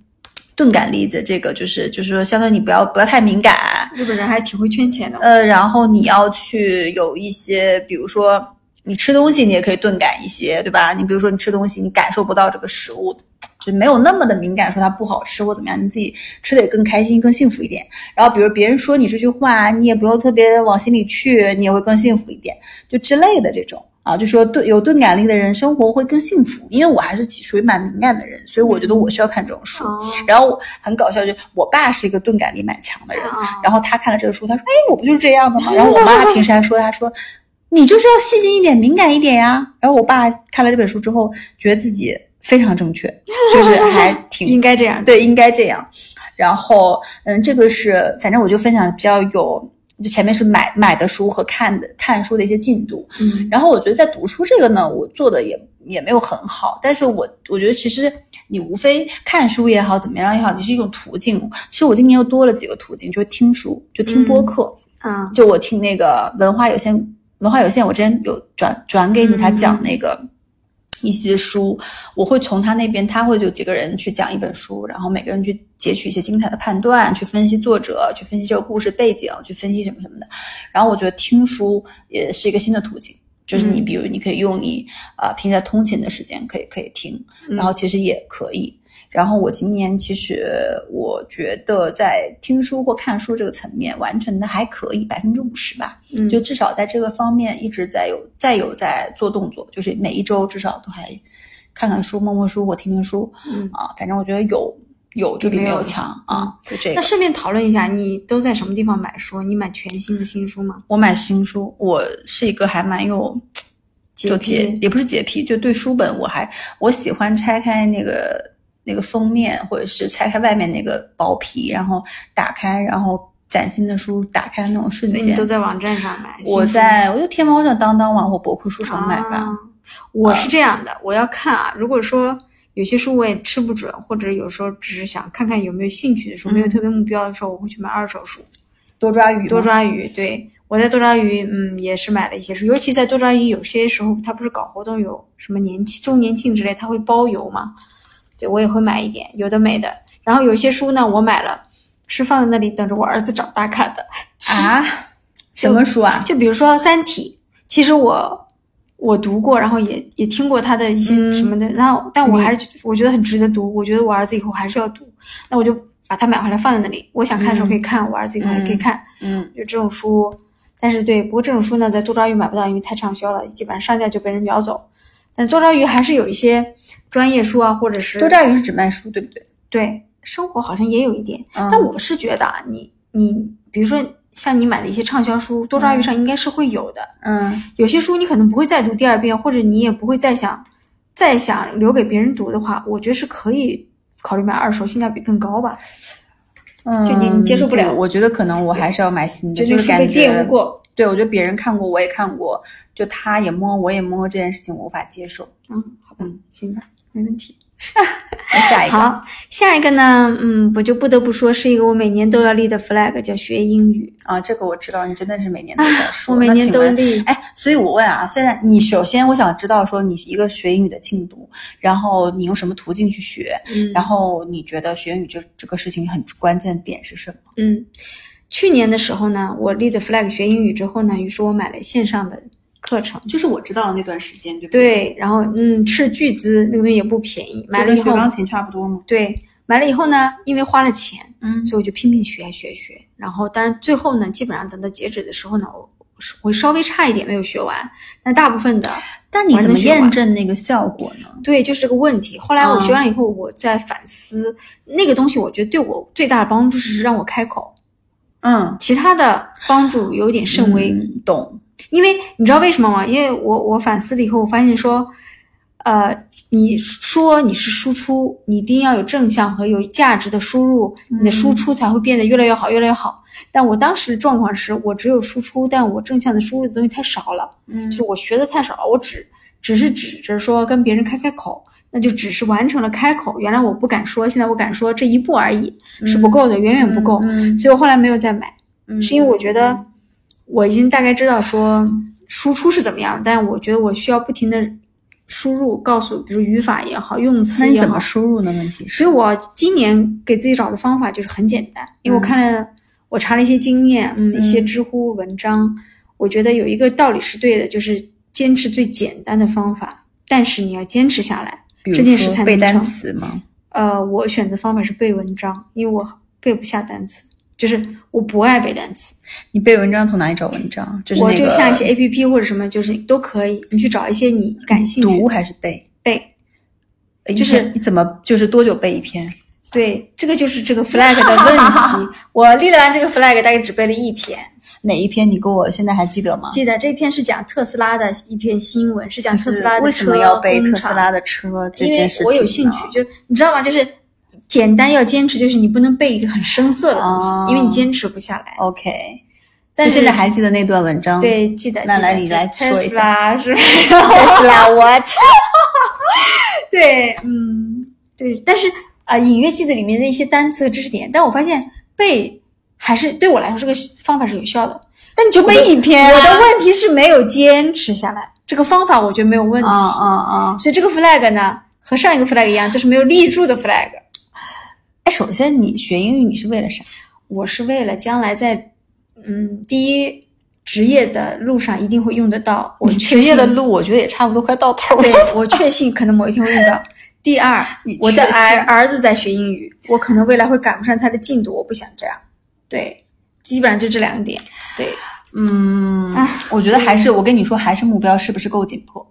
Speaker 1: 钝感力的这个，就是就是说，相对你不要不要太敏感，
Speaker 2: 日本人还挺会圈钱的。
Speaker 1: 呃，然后你要去有一些，比如说你吃东西，你也可以钝感一些，对吧？你比如说你吃东西，你感受不到这个食物，就没有那么的敏感，说它不好吃或怎么样，你自己吃的也更开心、更幸福一点。然后比如别人说你这句话，你也不用特别往心里去，你也会更幸福一点，就之类的这种。啊，就说钝有钝感力的人生活会更幸福，因为我还是属于蛮敏感的人，所以我觉得我需要看这种书。
Speaker 2: 哦
Speaker 1: 然后很搞笑，就我爸是一个钝感力蛮强的人，
Speaker 2: 啊
Speaker 1: 然后他看了这个书，他说：“哎，我不就是这样的吗？”然后我妈平时还说：“她说你就是要细心一点，敏感一点呀。”然后我爸看了这本书之后，觉得自己非常正确，就是还
Speaker 2: 嗯应
Speaker 1: 挺
Speaker 2: 该这样。
Speaker 1: 对，应该这样。然后，嗯，这个是反正我就分享比较有，就前面是买买的书和看的看书的一些进度，
Speaker 2: 嗯
Speaker 1: 然后我觉得在读书这个呢，我做的也也没有很好，但是我我觉得其实你无非看书也好，怎么样也好，你是一种途径。其实我今年又多了几个途径，就是听书，就听播客，
Speaker 2: 啊，
Speaker 1: 就我听那个文化有限，文化有限，我之前有转转给你，他讲那个。一些书，我会从他那边，他会有几个人去讲一本书，然后每个人去截取一些精彩的判断，去分析作者，去分析这个故事背景，去分析什么什么的。然后我觉得听书也是一个新的途径，就是你
Speaker 2: 嗯
Speaker 1: 比如你可以用你啊、呃平时在通勤的时间可以可以听，
Speaker 2: 嗯
Speaker 1: 然后其实也可以。然后我今年其实我觉得在听书或看书这个层面完成的还可以，百分之五十吧，
Speaker 2: 嗯
Speaker 1: 就至少在这个方面一直在有再有在做动作，就是每一周至少都还看看书、摸摸书或听听书
Speaker 2: 嗯。
Speaker 1: 啊，反正我觉得有有就比
Speaker 2: 没
Speaker 1: 没
Speaker 2: 有嗯
Speaker 1: 有强啊，就这个
Speaker 2: 那。顺便讨论一下，你都在什么地方买书？你买全新的新书吗？
Speaker 1: 我买新书，我是一个还蛮有
Speaker 2: 洁
Speaker 1: 就
Speaker 2: 癖
Speaker 1: 洁也不是洁癖，就对书本我还我喜欢拆开那个那个封面，或者是拆开外面那个薄皮，然后打开，然后崭新的书打开那种瞬
Speaker 2: 所以你
Speaker 1: 间
Speaker 2: 都。在网站上买？
Speaker 1: 我在我就天猫上、当当网或博客书
Speaker 2: 上
Speaker 1: 城买吧。
Speaker 2: 啊我是这样的，我要看啊。如果说有些书我也吃不准，或者有时候只是想看看有没有兴趣的书，没有
Speaker 1: 嗯
Speaker 2: 特别目标的时候，我会去买二手书。
Speaker 1: 多抓鱼嘛，
Speaker 2: 多抓鱼，对我在多抓鱼，嗯，也是买了一些书，尤其在多抓鱼，有些时候它不是搞活动，有什么年庆、周年庆之类，它会包邮嘛，对我也会买一点，有的没的。然后有些书呢，我买了，是放在那里等着我儿子长大看的。
Speaker 1: 啊？什么书啊？
Speaker 2: 就比如说《三体》，其实我我读过，然后也也听过他的一些
Speaker 1: 嗯
Speaker 2: 什么的，然后但我
Speaker 1: 你
Speaker 2: 还是我觉得很值得读，我觉得我儿子以后还是要读，那我就把它买回来放在那里，我想看的时候可以看，我儿子以后也可以
Speaker 1: 嗯
Speaker 2: 看。
Speaker 1: 嗯，
Speaker 2: 就这种书，但是对，不过这种书呢，在多抓鱼买不到，因为太畅销了，基本上上架就被人秒走。但是多抓鱼还是有一些专业书啊，或者是
Speaker 1: 嗯多抓鱼是只卖书，对不对？
Speaker 2: 对生活好像也有一点。
Speaker 1: 嗯
Speaker 2: 但我是觉得啊，你你比如说像你买的一些畅销书，多抓鱼上应该是会有的。
Speaker 1: 嗯
Speaker 2: 有些书你可能不会再读第二遍，或者你也不会再想再想留给别人读的话，我觉得是可以考虑买二手，性价比更高吧。
Speaker 1: 嗯，
Speaker 2: 就你你接受不了
Speaker 1: 我觉得可能我还是要买新的，
Speaker 2: 就那
Speaker 1: 就
Speaker 2: 个
Speaker 1: 是
Speaker 2: 书
Speaker 1: 感
Speaker 2: 被
Speaker 1: 觉
Speaker 2: 玷污过，
Speaker 1: 对，我觉得别人看过，我也看过，就他也摸，我也摸，这件事情我无法接受。
Speaker 2: 嗯，好吧
Speaker 1: 嗯，
Speaker 2: 行吧，没问题。
Speaker 1: 那下一个，
Speaker 2: 好，下一个呢，嗯，我就不得不说是一个我每年都要立的 flag，叫学英语。
Speaker 1: 啊，这个我知道，你真的是每年都在说。
Speaker 2: 我每
Speaker 1: 哦那
Speaker 2: 年
Speaker 1: 请
Speaker 2: 都
Speaker 1: 问
Speaker 2: 立。
Speaker 1: 哎，所以我问啊，现在你首先我想知道说你是一个学英语的进度，然后你用什么途径去学，
Speaker 2: 嗯
Speaker 1: 然后你觉得学英语这这个事情很关键的点是什么？
Speaker 2: 嗯，去年的时候呢，我立的 flag 学英语之后呢，于是我买了线上的课程。
Speaker 1: 就是我知道的那段时间，对不对？
Speaker 2: 对，然后嗯，斥巨资，那个东西也不便宜，买了
Speaker 1: 就跟
Speaker 2: 以
Speaker 1: 学
Speaker 2: 后，
Speaker 1: 钢琴差不多吗？
Speaker 2: 对，买了以后呢，因为花了钱，
Speaker 1: 嗯
Speaker 2: 所以我就拼命学学学。然后，但是最后呢，基本上等到截止的时候呢，我我是我稍微差一点没有学完，但大部分的
Speaker 1: 但你
Speaker 2: 我还
Speaker 1: 怎么
Speaker 2: 能学完
Speaker 1: 验证那个效果呢？
Speaker 2: 对，就是这个问题。后来我
Speaker 1: 嗯
Speaker 2: 学完了以后，我在反思、那个东西，我觉得对我最大的帮助是让我开口，
Speaker 1: 嗯，
Speaker 2: 其他的帮助有点甚微。
Speaker 1: 嗯懂，
Speaker 2: 因为你知道为什么吗？因为我我反思了以后，我发现说，呃，你说你是输出，你一定要有正向和有价值的输入，
Speaker 1: 嗯
Speaker 2: 你的输出才会变得越来越好，越来越好。但我当时的状况是我只有输出，但我正向的输入的东西太少了，
Speaker 1: 嗯
Speaker 2: 就是我学的太少了，我只只是指着说跟别人开开口，那就只是完成了开口。原来我不敢说，现在我敢说这一步而已，是不够的，远远不够。
Speaker 1: 嗯
Speaker 2: 所以我后来没有再买。
Speaker 1: 嗯
Speaker 2: 是因为我觉得我已经大概知道说输出是怎么样，但我觉得我需要不停的输入，告诉比如语法也好，用
Speaker 1: 那
Speaker 2: 词
Speaker 1: 你
Speaker 2: 也
Speaker 1: 怎
Speaker 2: 好
Speaker 1: 么。输入呢？问题是，
Speaker 2: 所以我今年给自己找的方法就是很简单，因为
Speaker 1: 嗯
Speaker 2: 我看了、我查了一些经验，嗯，一些知乎文章，我觉得有一个道理是对的，就是坚持最简单的方法，但是你要坚持下来。
Speaker 1: 比如
Speaker 2: 这件事
Speaker 1: 说
Speaker 2: 才
Speaker 1: 背
Speaker 2: 能
Speaker 1: 单
Speaker 2: 成
Speaker 1: 词吗？
Speaker 2: 呃，我选择方法是背文章，因为我背不下单词，就是我不爱背单词。
Speaker 1: 你背文章从哪里找文章？就是
Speaker 2: 我
Speaker 1: 那
Speaker 2: 就
Speaker 1: 个
Speaker 2: 下一些 A P P 或者什么，就是都可以，你去找一些你感兴趣
Speaker 1: 读
Speaker 2: 的
Speaker 1: 还是背？
Speaker 2: 背。
Speaker 1: 呃
Speaker 2: 就是
Speaker 1: 你怎么就是多久背一篇？
Speaker 2: 对，这个就 是这个 flag 的问题。我立了完这个 flag，大概只背了一篇。
Speaker 1: 哪一篇你给我现在还记得吗？
Speaker 2: 记得这篇是讲特斯拉的一篇新闻，是讲特斯拉的
Speaker 1: 为什么要背
Speaker 2: 车
Speaker 1: 特
Speaker 2: 工
Speaker 1: 斯
Speaker 2: 厂
Speaker 1: 拉的车这
Speaker 2: 因为
Speaker 1: 件事情呢？
Speaker 2: 我有兴趣，就是你知道吗？就是简单要坚持，就是你不能背一个很生涩的东西，
Speaker 1: 哦
Speaker 2: 因为你坚持不下来。
Speaker 1: OK，
Speaker 2: 但
Speaker 1: 就是现在还记得那段文章？
Speaker 2: 对，记得。
Speaker 1: 那
Speaker 2: 记得
Speaker 1: 来你来
Speaker 2: 特
Speaker 1: 说一
Speaker 2: 斯拉是不是？
Speaker 1: ，Tesla，What？
Speaker 2: 对，嗯，对，但是啊、呃隐约记得里面的一些单词和知识点，但我发现背还是对我来说这个方法是有效的。
Speaker 1: 那你就背一篇
Speaker 2: 我
Speaker 1: 啊。
Speaker 2: 的问题是没有坚持下来，这个方法我觉得没有问题，
Speaker 1: 啊啊啊！
Speaker 2: 所以这个 flag 呢和上一个 flag 一样，就是没有立住的 flag。
Speaker 1: 哎，首先你学英语你是为了啥？
Speaker 2: 我是为了将来在嗯第一职业的路上一定会用得到，我
Speaker 1: 你
Speaker 2: 确
Speaker 1: 职业
Speaker 2: 信
Speaker 1: 的路我觉得也差不多快到头
Speaker 2: 对
Speaker 1: 了。
Speaker 2: 我确信可能某一天会用到。第二
Speaker 1: 你，
Speaker 2: 我的
Speaker 1: 确信
Speaker 2: 儿儿子在学英语，我可能未来会赶不上他的进度，我不想这样。对，基本上就这两点。对，
Speaker 1: 嗯
Speaker 2: 啊，
Speaker 1: 我觉得还是我跟你说，还是目标是不是够紧迫，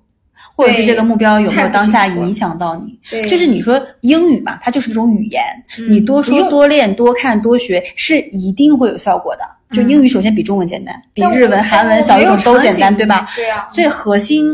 Speaker 1: 或者是
Speaker 2: 对
Speaker 1: 这个目标有没
Speaker 2: 太
Speaker 1: 有
Speaker 2: 不
Speaker 1: 当
Speaker 2: 紧
Speaker 1: 下
Speaker 2: 迫
Speaker 1: 影响到你？
Speaker 2: 对
Speaker 1: 就是你说英语嘛，它就是一种语言，你
Speaker 2: 嗯
Speaker 1: 多
Speaker 2: 不
Speaker 1: 说
Speaker 2: 用
Speaker 1: 多练多看多学是一定会有效果的。就英语首先比中文简单，比
Speaker 2: 嗯但我
Speaker 1: 日文、
Speaker 2: 但
Speaker 1: 韩
Speaker 2: 我
Speaker 1: 文、小语
Speaker 2: 没有
Speaker 1: 种都
Speaker 2: 场
Speaker 1: 简单，
Speaker 2: 景
Speaker 1: 对吧？？
Speaker 2: 对啊，
Speaker 1: 所以核心，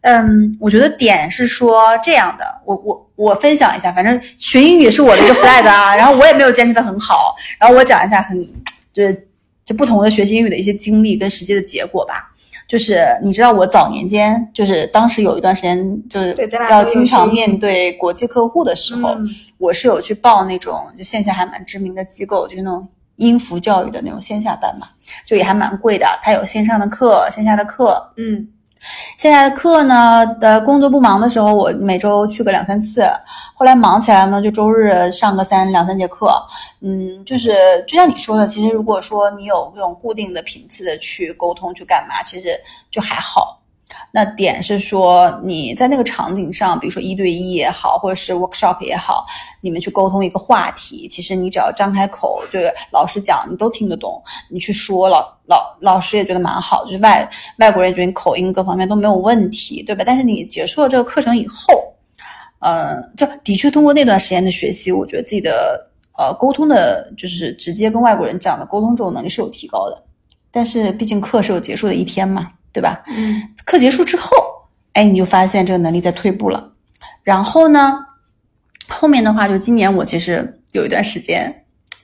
Speaker 1: 嗯，我觉得点是说这样的，我我我分享一下，反正学英语也是我的一个 flag 啊，然后我也没有坚持的很好，然后我讲一下很就是就不同的学习英语的一些经历跟实际的结果吧。就是你知道我早年间，就是当时有一段时间，就是
Speaker 2: 对咱俩都
Speaker 1: 要
Speaker 2: 有
Speaker 1: 经常
Speaker 2: 学英语
Speaker 1: 面对国际客户的时候，
Speaker 2: 嗯
Speaker 1: 我是有去报那种就线下还蛮知名的机构，就是那种音符教育的那种线下班嘛，就也还蛮贵的。它有线上的课、线下的课，
Speaker 2: 嗯，
Speaker 1: 线下的课呢，呃，工作不忙的时候，我每周去个两三次。后来忙起来呢，就周日上个三两三节课。嗯，就是就像你说的，其实如果说你有这种固定的频次的去沟通去干嘛，其实就还好。那点是说你在那个场景上，比如说一对一也好，或者是 workshop 也好，你们去沟通一个话题，其实你只要张开口，就是老师讲你都听得懂，你去说老老老师也觉得蛮好，就是外外国人觉得你口音各方面都没有问题，对吧？但是你结束了这个课程以后，呃，就的确通过那段时间的学习，我觉得自己的呃沟通的，就是直接跟外国人讲的沟通这种能力是有提高的。但是毕竟课是有结束的一天嘛，对吧？
Speaker 2: 嗯，
Speaker 1: 课结束之后，哎，你就发现这个能力在退步了。然后呢，后面的话就今年我其实有一段时间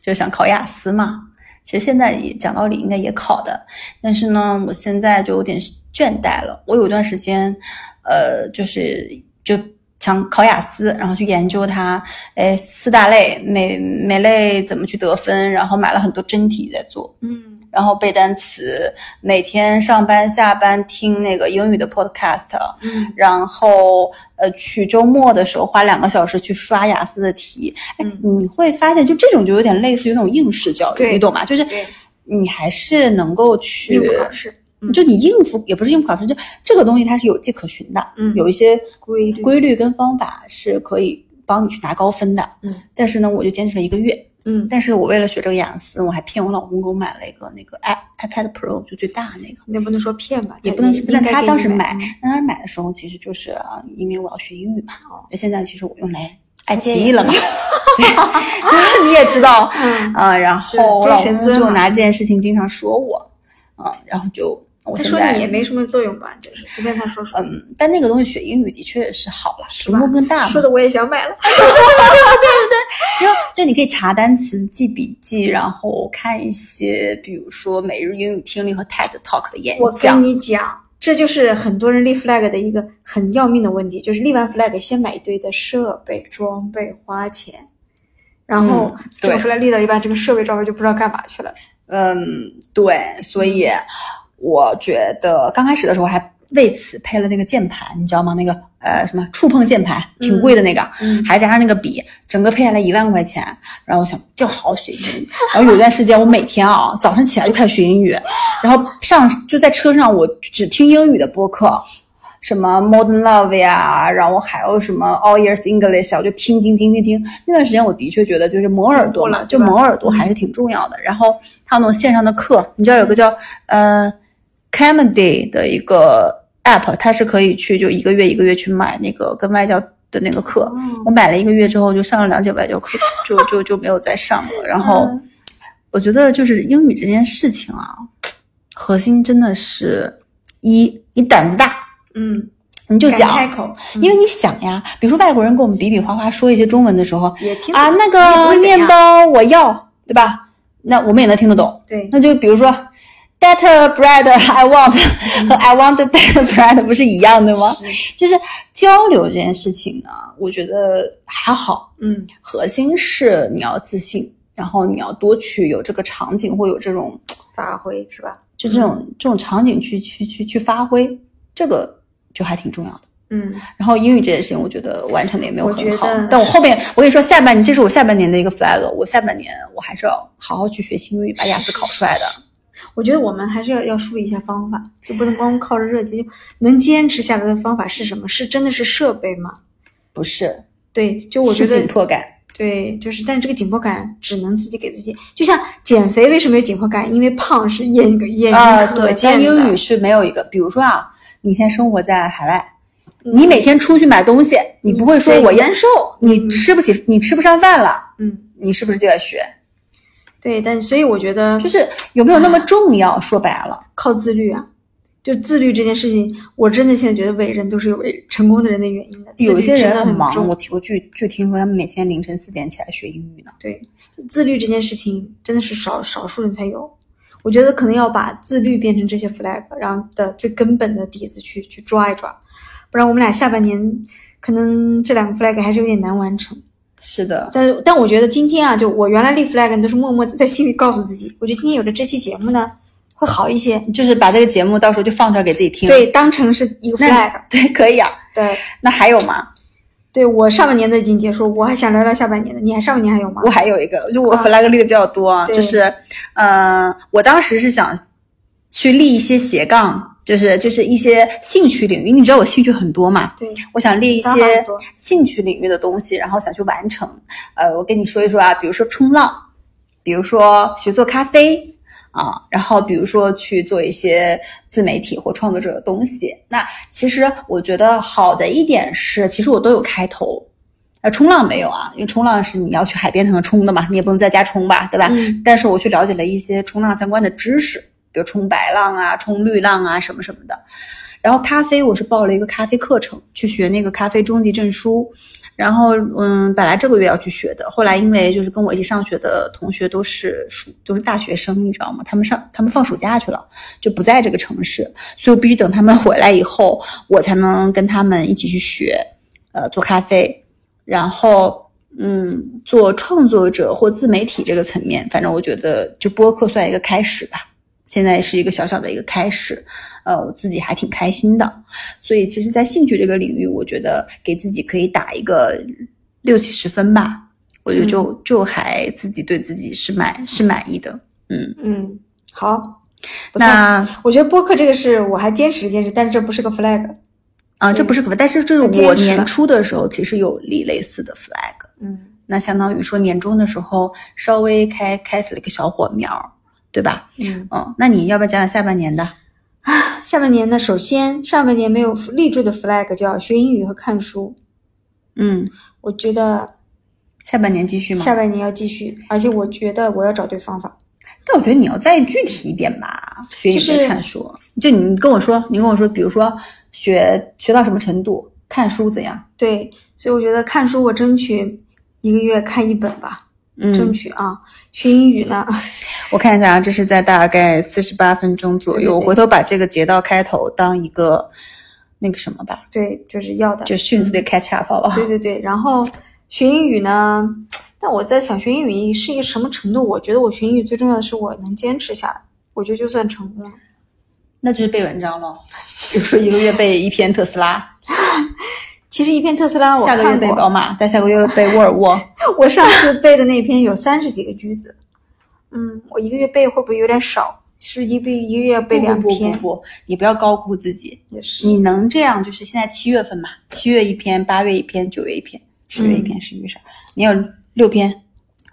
Speaker 1: 就想考雅思嘛，其实现在也讲道理应该也考的，但是呢，我现在就有点倦怠了。我有一段时间，呃，就是就想考雅思，然后去研究它，哎，四大类每每类怎么去得分，然后买了很多真题在做。
Speaker 2: 嗯，
Speaker 1: 然后背单词，每天上班下班听那个英语的 podcast，
Speaker 2: 嗯，
Speaker 1: 然后呃，去周末的时候花两个小时去刷雅思的题。哎
Speaker 2: 嗯，
Speaker 1: 你会发现，就这种就有点类似于那种应试教育，
Speaker 2: 对
Speaker 1: 你懂吗？就是
Speaker 2: 对
Speaker 1: 你还是能够去
Speaker 2: 应付考试，嗯
Speaker 1: 就你应付也不是应付考试，就这个东西它是有迹可循的，
Speaker 2: 嗯
Speaker 1: 有一些
Speaker 2: 规律
Speaker 1: 规律跟方法是可以帮你去拿高分的。
Speaker 2: 嗯，
Speaker 1: 但是呢，我就坚持了一个月。
Speaker 2: 嗯
Speaker 1: 但是我为了学这个雅思，我还骗我老公给我买了一个那个 i iPad Pro，就最大那个。
Speaker 2: 你也不能说骗吧，
Speaker 1: 也不能
Speaker 2: 他
Speaker 1: 说，但
Speaker 2: 应该
Speaker 1: 他
Speaker 2: 给
Speaker 1: 当
Speaker 2: 你
Speaker 1: 时买
Speaker 2: 嗯，
Speaker 1: 那他买的时候其实就是啊，因为我要学英语嘛
Speaker 2: 哦。
Speaker 1: 那现在其实我用来爱
Speaker 2: 推荐
Speaker 1: 奇艺了嘛， 对，就是你也知道，
Speaker 2: 嗯，
Speaker 1: 啊，然后我
Speaker 2: 追
Speaker 1: 老
Speaker 2: 神
Speaker 1: 公
Speaker 2: 尊
Speaker 1: 就
Speaker 2: 嘛嗯
Speaker 1: 拿这件事情经常说我，啊，然后就我
Speaker 2: 他
Speaker 1: 现
Speaker 2: 说
Speaker 1: 在
Speaker 2: 你也没什么作用吧，就是随便他说说。
Speaker 1: 嗯，但那个东西学英语的确是好了，
Speaker 2: 是
Speaker 1: 屏
Speaker 2: 吧
Speaker 1: 幕更大嘛，
Speaker 2: 说的我也想买了，
Speaker 1: 然后就你可以查单词、记笔记，然后看一些比如说每日英语听力和 TED Talk 的演
Speaker 2: 我跟
Speaker 1: 讲。
Speaker 2: 你讲，这就是很多人立 flag 的一个很要命的问题，就是立完 flag 先买一堆的设备、装备、花钱，然后
Speaker 1: 嗯
Speaker 2: 这个
Speaker 1: 对
Speaker 2: flag 立到一半，这个设备、装备就不知道干嘛去了。
Speaker 1: 嗯，对，所以我觉得刚开始的时候我还为此配了那个键盘，你知道吗？那个呃什么触碰键盘，挺贵的那个。
Speaker 2: 嗯，
Speaker 1: 还加上那个笔，整个配下来一万块钱。然后我想就好好学英语。然后有段时间我每天啊早上起来就开始学英语，然后上就在车上我只听英语的播客，什么 Modern Love 呀，然后还有什么 All Years English 啊，我就听听听听听。那段时间我的确觉得就是磨耳朵嘛，就
Speaker 2: 进步了对吧嗯
Speaker 1: 磨耳朵还是挺重要的。然后还有那种线上的课，你知道有个叫呃 Camdy 的一个 app，它是可以去就一个月一个月去买那个跟外教的那个课。
Speaker 2: 哦
Speaker 1: 我买了一个月之后就上了两节外教课，就就就没有再上了。然后
Speaker 2: 嗯
Speaker 1: 我觉得就是英语这件事情啊，核心真的是一你胆子大，
Speaker 2: 嗯，
Speaker 1: 你就讲
Speaker 2: 敢，开口，嗯
Speaker 1: 因为你想呀，比如说外国人跟我们比比划划说一些中文的时候
Speaker 2: 也听
Speaker 1: 啊，
Speaker 2: 不
Speaker 1: 那
Speaker 2: 也不
Speaker 1: 个
Speaker 2: 会怎样
Speaker 1: 面包我要，对吧？那我们也能听得懂。
Speaker 2: 对，
Speaker 1: 那就比如说，that bread I want
Speaker 2: 嗯
Speaker 1: 和 I want that bread 不是一样的吗？就是交流这件事情呢，我觉得还好，
Speaker 2: 嗯，
Speaker 1: 核心是你要自信，然后你要多去有这个场景或有这种
Speaker 2: 发挥是吧？
Speaker 1: 就这种、
Speaker 2: 嗯
Speaker 1: 这种场景去去去去发挥，这个就还挺重要的。
Speaker 2: 嗯，
Speaker 1: 然后英语这件事情，我觉得完成的也没有
Speaker 2: 我
Speaker 1: 很
Speaker 2: 觉
Speaker 1: 好
Speaker 2: 得。
Speaker 1: 但我后面，我跟你说，下半年这是我下半年的一个 flag，我下半年我还是要好好去学习英语，把雅思考出来的。
Speaker 2: 我觉得我们还是要要梳理一下方法，就不能光靠着热情。就能坚持下来的方法是什么？是真的是设备吗？
Speaker 1: 不是，
Speaker 2: 对，就我觉
Speaker 1: 是
Speaker 2: 得
Speaker 1: 紧迫感。
Speaker 2: 对，就是，但是这个紧迫感只能自己给自己。就像减肥为什么有紧迫感？因为胖是眼眼
Speaker 1: 啊，
Speaker 2: 睛可
Speaker 1: 对，
Speaker 2: 见
Speaker 1: 但
Speaker 2: 的。
Speaker 1: 英语是没有一个，比如说啊，你现在生活在海外，
Speaker 2: 嗯
Speaker 1: 你每天出去买东西，你不会说
Speaker 2: 对
Speaker 1: 我
Speaker 2: 你
Speaker 1: 要
Speaker 2: 难受，
Speaker 1: 你吃不起，你吃不上饭了，
Speaker 2: 嗯，
Speaker 1: 你是不是就得学？
Speaker 2: 对，但所以我觉得
Speaker 1: 就是有没有那么重要？说白了，
Speaker 2: 靠自律啊，就自律这件事情，我真的现在觉得伟人都是有伟成功的人的原因的。自
Speaker 1: 有
Speaker 2: 律
Speaker 1: 一些
Speaker 2: 真的
Speaker 1: 人很忙
Speaker 2: 重，
Speaker 1: 我听我据据听说他们每天凌晨四点起来学英语呢。
Speaker 2: 对，自律这件事情真的是少少数人才有。我觉得可能要把自律变成这些 flag，然后的最根本的底子去去抓一抓，不然我们俩下半年可能这两个 flag 还是有点难完成。
Speaker 1: 是的，
Speaker 2: 但但我觉得今天啊，就我原来立 flag 你都是默默在心里告诉自己，我觉得今天有了这期节目呢，会好一些。
Speaker 1: 就是把这个节目到时候就放出来给自己听。
Speaker 2: 对，当成是一个
Speaker 1: 那
Speaker 2: flag。
Speaker 1: 对，可以啊。
Speaker 2: 对，
Speaker 1: 那还有吗？
Speaker 2: 对我上半年的已经结束，我还想聊聊下半年的。你还上半年还有吗
Speaker 1: 我？还有一个，就我
Speaker 2: 啊
Speaker 1: flag 立的比较多，啊、
Speaker 2: 对
Speaker 1: 就是，呃，我当时是想去立一些斜杠，就是就是一些兴趣领域，你知道我兴趣很多嘛，
Speaker 2: 对，
Speaker 1: 我想立一
Speaker 2: 想法
Speaker 1: 些
Speaker 2: 很多
Speaker 1: 兴趣领域的东西，然后想去完成。呃，我跟你说一说啊，比如说冲浪，比如说学做咖啡啊，然后比如说去做一些自媒体或创作者的东西。那其实我觉得好的一点是，其实我都有开头。呃，冲浪没有啊，因为冲浪是你要去海边才能冲的嘛，你也不能在家冲吧，对吧？
Speaker 2: 嗯
Speaker 1: 但是我去了解了一些冲浪相关的知识，比如冲白浪啊、冲绿浪啊什么什么的。然后咖啡，我是报了一个咖啡课程，去学那个咖啡中级证书。然后，嗯，本来这个月要去学的，后来因为就是跟我一起上学的同学都是暑都是大学生，你知道吗？他们上他们放暑假去了，就不在这个城市，所以我必须等他们回来以后，我才能跟他们一起去学，呃，做咖啡，然后嗯，做创作者或自媒体这个层面，反正我觉得就播客算一个开始吧，现在是一个小小的一个开始，呃，我自己还挺开心的。所以其实，在兴趣这个领域，我觉得给自己可以打一个六七十分吧，我觉得就
Speaker 2: 嗯
Speaker 1: 就还自己对自己是满是满意的。嗯，
Speaker 2: 嗯，好，不错。
Speaker 1: 那
Speaker 2: 我觉得播客这个是我还坚持坚持，但是这不是个 flag。
Speaker 1: 啊，这不是可，但是这
Speaker 2: 很
Speaker 1: 是
Speaker 2: 坚
Speaker 1: 我
Speaker 2: 持
Speaker 1: 年
Speaker 2: 了
Speaker 1: 初的时候其实有立类似的 flag，
Speaker 2: 嗯
Speaker 1: 那相当于说年终的时候稍微开开启了一个小火苗，对吧？
Speaker 2: 嗯。
Speaker 1: 嗯，那你要不要讲讲下半年的？
Speaker 2: 啊下半年呢，首先上半年没有立住的 flag 就要学英语和看书，
Speaker 1: 嗯，
Speaker 2: 我觉得
Speaker 1: 下半年继续吗？
Speaker 2: 下半年要继续，而且我觉得我要找对方法。
Speaker 1: 但我觉得你要再具体一点吧，学语
Speaker 2: 就是
Speaker 1: 言看书，就你跟我说，你跟我说，比如说学学到什么程度，看书怎样？
Speaker 2: 对，所以我觉得看书我争取一个月看一本吧，争
Speaker 1: 嗯，
Speaker 2: 取啊。学英语呢，
Speaker 1: 我看一下啊，这是在大概四十八分钟左右，我
Speaker 2: 对对对
Speaker 1: 回头把这个截到开头当一个那个什么吧，
Speaker 2: 对，就是要的。
Speaker 1: 就迅速的 catch up 好不好？
Speaker 2: 对对对，然后学英语呢，但我在想学英语是一个什么程度？我觉得我学英语最重要的是我能坚持下来，我觉得就算成功了。
Speaker 1: 那就是背文章喽，比如说一个月背一篇特斯拉，
Speaker 2: 其实一篇特斯拉我
Speaker 1: 下个月
Speaker 2: 看
Speaker 1: 背
Speaker 2: 过，
Speaker 1: 宝马，再下个月背沃尔沃。
Speaker 2: 我上次背的那篇有三十几个句子，嗯，我一个月背会不会有点少？是一个一个月背两
Speaker 1: 不不不
Speaker 2: 篇
Speaker 1: 不不，你不要高估自己，
Speaker 2: 也是，
Speaker 1: 你能这样就是现在七月份嘛，七月一篇，八月一篇，九月一篇，十月一
Speaker 2: 嗯
Speaker 1: 篇，十一月啥？你有六篇，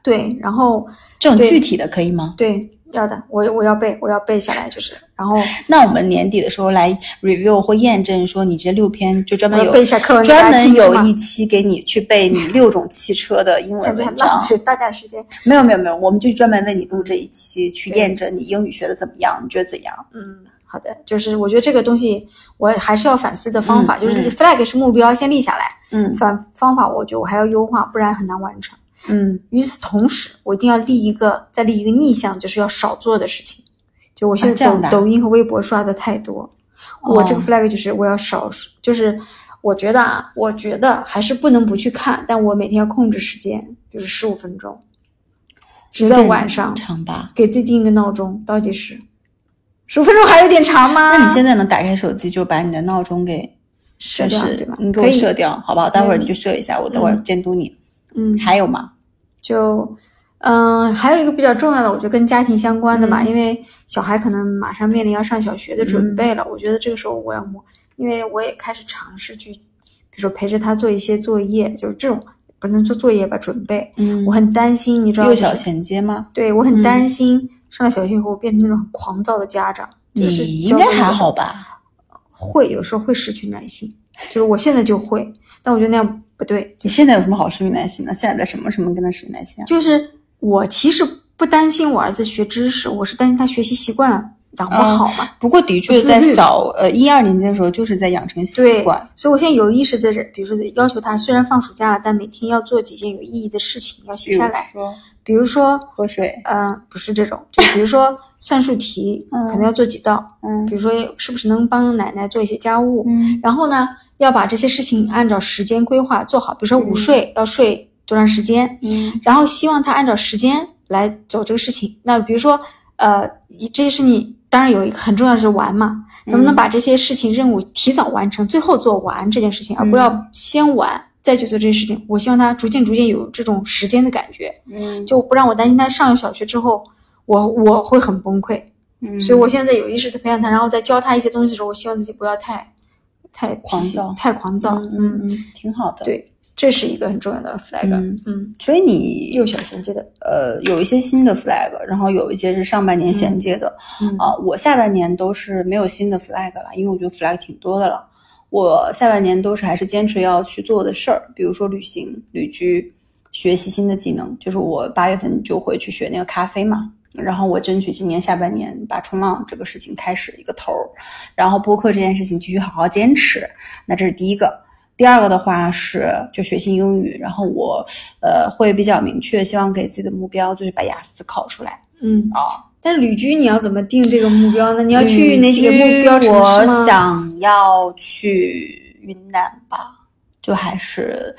Speaker 2: 对，然后
Speaker 1: 这种
Speaker 2: 对
Speaker 1: 具体的可以吗？
Speaker 2: 对要的，我我要背，我要背下来就是，然后
Speaker 1: 那我们年底的时候来 review 或验证，说你这六篇就专
Speaker 2: 我
Speaker 1: 门
Speaker 2: 呃要背一
Speaker 1: 有
Speaker 2: 下课文给
Speaker 1: 专
Speaker 2: 大家
Speaker 1: 门
Speaker 2: 听
Speaker 1: 有
Speaker 2: 是
Speaker 1: 一
Speaker 2: 吗
Speaker 1: 期给你去背 你六种汽车的英文
Speaker 2: 感觉很
Speaker 1: 文
Speaker 2: 浪
Speaker 1: 章。
Speaker 2: 费大家时间，
Speaker 1: 没有没有没有，我们就专门为你录这一期，去
Speaker 2: 对
Speaker 1: 验证你英语学的怎么样，你觉得怎样？
Speaker 2: 嗯，好的，就是我觉得这个东西我还是要反思的方法，
Speaker 1: 嗯
Speaker 2: 就是这个
Speaker 1: 嗯
Speaker 2: flag 是目标先立下来，
Speaker 1: 嗯
Speaker 2: 反方法我觉得我还要优化，不然很难完成。
Speaker 1: 嗯，
Speaker 2: 与此同时，我一定要立一个再立一个逆向，就是要少做的事情。就我现
Speaker 1: 啊这
Speaker 2: 在抖、
Speaker 1: 样的
Speaker 2: 抖音和微博刷的太多，我这个
Speaker 1: 哦
Speaker 2: flag 就是我要少，就是我觉得啊，我觉得还是不能不去看，但我每天要控制时间，就是十五分钟，直到晚上，
Speaker 1: 长吧。
Speaker 2: 给自己定一个闹钟倒计时。十五分钟还有点长吗？
Speaker 1: 那你现在能打开手机就把你的闹钟给
Speaker 2: 是
Speaker 1: 就
Speaker 2: 这样
Speaker 1: 是
Speaker 2: 对吧？
Speaker 1: 你给
Speaker 2: 可
Speaker 1: 我
Speaker 2: 以
Speaker 1: 设掉，好不好？待会儿
Speaker 2: 嗯
Speaker 1: 你就设一下，我等会儿
Speaker 2: 嗯
Speaker 1: 监督你。
Speaker 2: 嗯，
Speaker 1: 还有吗？
Speaker 2: 就嗯、呃还有一个比较重要的，我觉得跟家庭相关的吧，
Speaker 1: 嗯
Speaker 2: 因为小孩可能马上面临要上小学的准备了，我觉得这个时候我要摸，因为我也开始尝试去，比如说陪着他做一些作业，就是这种不能做作业吧，准备，
Speaker 1: 嗯
Speaker 2: 我很担心，你知道
Speaker 1: 幼
Speaker 2: 就是
Speaker 1: 小衔接吗？
Speaker 2: 对我
Speaker 1: 嗯
Speaker 2: 很担心上了小学以后变成那种很狂躁的家长，就是
Speaker 1: 你
Speaker 2: 教
Speaker 1: 应该
Speaker 2: 育的
Speaker 1: 还
Speaker 2: 时候
Speaker 1: 好吧？
Speaker 2: 会有时候会失去耐心，就是我现在就会，但我觉得那样不对，
Speaker 1: 你现在有什么好失去耐心的？现在在什么什么跟他失去耐心啊？
Speaker 2: 就是我其实不担心我儿子学知识，我是担心他学习习惯养不
Speaker 1: 哦
Speaker 2: 好嘛。
Speaker 1: 不过的确，
Speaker 2: 自律
Speaker 1: 在小呃一二年级的时候，就是在养成习
Speaker 2: 对
Speaker 1: 惯。，
Speaker 2: 所以我现在有意识在这，比如说要求他，虽然放暑假了，但每天要做几件有意义的事情，要写
Speaker 1: 比如
Speaker 2: 下来。
Speaker 1: 说
Speaker 2: 比如说，
Speaker 1: 喝水，
Speaker 2: 嗯、不是这种，就比如说算术 题，
Speaker 1: 嗯
Speaker 2: 可能要做几道，
Speaker 1: 嗯
Speaker 2: 比如说是不是能帮奶奶做一些家务，
Speaker 1: 嗯
Speaker 2: 然后呢，要把这些事情按照时间规划做好，比如说午
Speaker 1: 嗯
Speaker 2: 睡要睡多长时间，
Speaker 1: 嗯
Speaker 2: 然后希望他按照时间来走这个事情。那比如说，呃，一这些事情当然有一个很重要的是完嘛，
Speaker 1: 嗯
Speaker 2: 能不能把这些事情任务提早完成，最后做完这件事情，
Speaker 1: 嗯
Speaker 2: 而不要先完再去做这些事情。我希望他逐渐逐渐有这种时间的感觉，
Speaker 1: 嗯，
Speaker 2: 就不让我担心他上了小学之后。我我会很崩溃，
Speaker 1: 嗯
Speaker 2: 所以我现在有意识的培养他，然后在教他一些东西的时候，我希望自己不要太，太
Speaker 1: 狂
Speaker 2: 脾气
Speaker 1: 躁
Speaker 2: 太狂躁。
Speaker 1: 嗯嗯嗯，挺好的。
Speaker 2: 对，这是一个很重要的 flag。
Speaker 1: 嗯
Speaker 2: 嗯，
Speaker 1: 所以你
Speaker 2: 幼小衔接的，
Speaker 1: 呃有一些新的 flag，然后有一些是上半年衔接的。
Speaker 2: 嗯
Speaker 1: 啊、我下半年都是没有新的 flag 了，因为我觉得 flag 挺多的了。我下半年都是还是坚持要去做的事儿，比如说旅行、旅居、学习新的技能。就是我八月份就会去学那个咖啡嘛，然后我争取今年下半年把冲浪这个事情开始一个头儿，然后播客这件事情继续好好坚持。那这是第一个。第二个的话是就学习英语，然后我呃会比较明确，希望给自己的目标就是把雅思考出来
Speaker 2: 嗯，
Speaker 1: 啊。
Speaker 2: 但是旅居你要怎么定这个目标呢？你要去
Speaker 1: 嗯
Speaker 2: 哪几个目标城市吗？
Speaker 1: 我想要去云南吧，就还是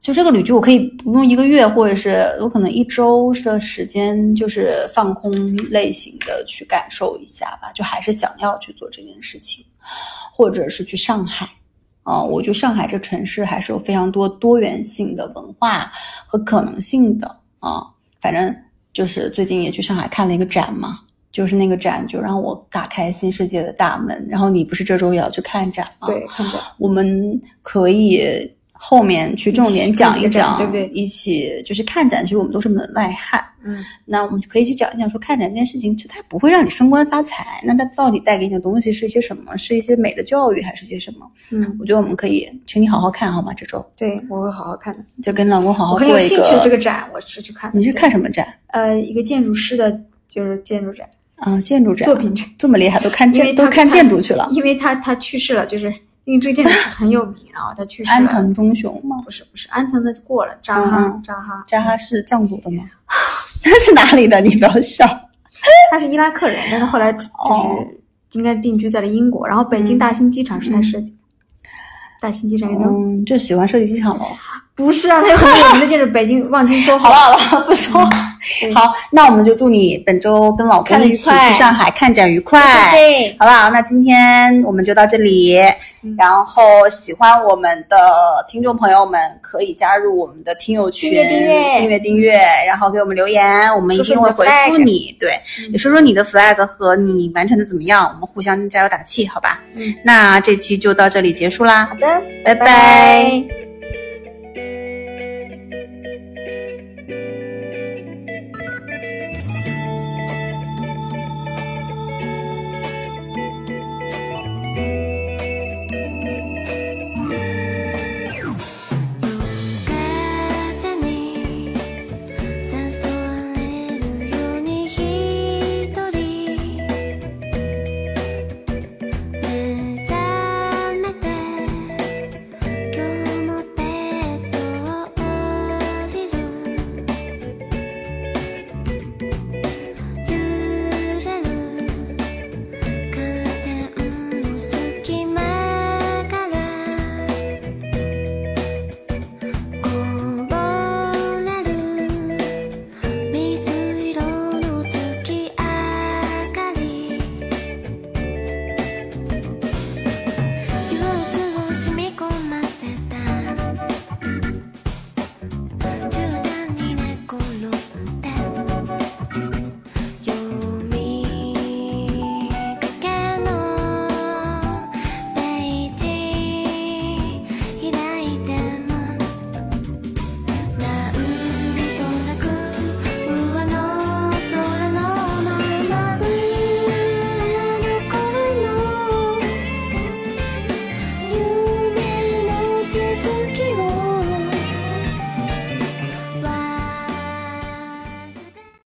Speaker 1: 就这个旅居，我可以不用一个月，或者是我可能一周的时间，就是放空类型的去感受一下吧。就还是想要去做这件事情，或者是去上海。啊、我觉得上海这城市还是有非常多多元性的文化和可能性的啊、反正就是最近也去上海看了一个展嘛，就是那个展就让我打开新世界的大门。然后你不是这周也要去看展吗？
Speaker 2: 对，看展。
Speaker 1: 我们可以后面去重点讲一讲，
Speaker 2: 一起去看这个展对不对
Speaker 1: 一起就是看展，其实我们都是门外汉，
Speaker 2: 嗯，
Speaker 1: 那我们就可以去讲一讲说看展这件事情，就它不会让你升官发财，那它到底带给你的东西是一些什么？是一些美的教育，还是些什么？
Speaker 2: 嗯，
Speaker 1: 我觉得我们可以，请你好好看好吗？这周
Speaker 2: 对，我会好好看的。
Speaker 1: 就跟老公好好
Speaker 2: 我
Speaker 1: 过
Speaker 2: 很
Speaker 1: 哦一个。
Speaker 2: 有兴趣这个展，我是去看的。
Speaker 1: 你是
Speaker 2: 对
Speaker 1: 看什么展？
Speaker 2: 呃一个建筑师的，就是建筑展
Speaker 1: 啊，建筑展。嗯
Speaker 2: 作品展，
Speaker 1: 这么厉害，都看
Speaker 2: 因为
Speaker 1: 建
Speaker 2: 他
Speaker 1: 都看建筑去了。
Speaker 2: 因为他他去世了，就是因为这个建筑师很有名，然后他去世了。
Speaker 1: 安藤忠雄吗？
Speaker 2: 不是不是安藤的过了，扎哈、
Speaker 1: 嗯嗯
Speaker 2: 扎哈，
Speaker 1: 扎哈是藏族 的吗？ 他是哪里的？你不要笑。
Speaker 2: 他是伊拉克人，但是后来就是
Speaker 1: 哦嗯
Speaker 2: 应该定居在了英国。然后北京大兴机场是他设计的，大兴机场有点、
Speaker 1: 嗯，就喜欢设计机场喽。
Speaker 2: 不是啊，他有很有名的建筑，北京望京搜
Speaker 1: 好
Speaker 2: 好
Speaker 1: 了好了，不说。嗯
Speaker 2: 对
Speaker 1: 好，那我们就祝你本周跟老公
Speaker 3: 嗯看得
Speaker 1: 一
Speaker 3: 愉
Speaker 1: 起
Speaker 3: 快
Speaker 1: 去上海看展愉快。
Speaker 3: 对，
Speaker 1: 好不好？那今天我们就到这里。
Speaker 2: 嗯
Speaker 1: 然后喜欢我们的听众朋友们，可以加入我们的听友群，
Speaker 3: 订阅订阅
Speaker 1: 订阅订阅然后给我们留言，我们一
Speaker 3: 说
Speaker 1: 定
Speaker 3: 说你
Speaker 1: 会
Speaker 3: 的
Speaker 1: 回
Speaker 3: flag
Speaker 1: 复你。对，
Speaker 2: 嗯
Speaker 1: 也说说你的 flag 和你完成的怎么样，我们互相加油打气，好吧？
Speaker 2: 嗯
Speaker 1: 那这期就到这里结束啦，
Speaker 3: 好的，
Speaker 1: 拜拜
Speaker 3: 拜拜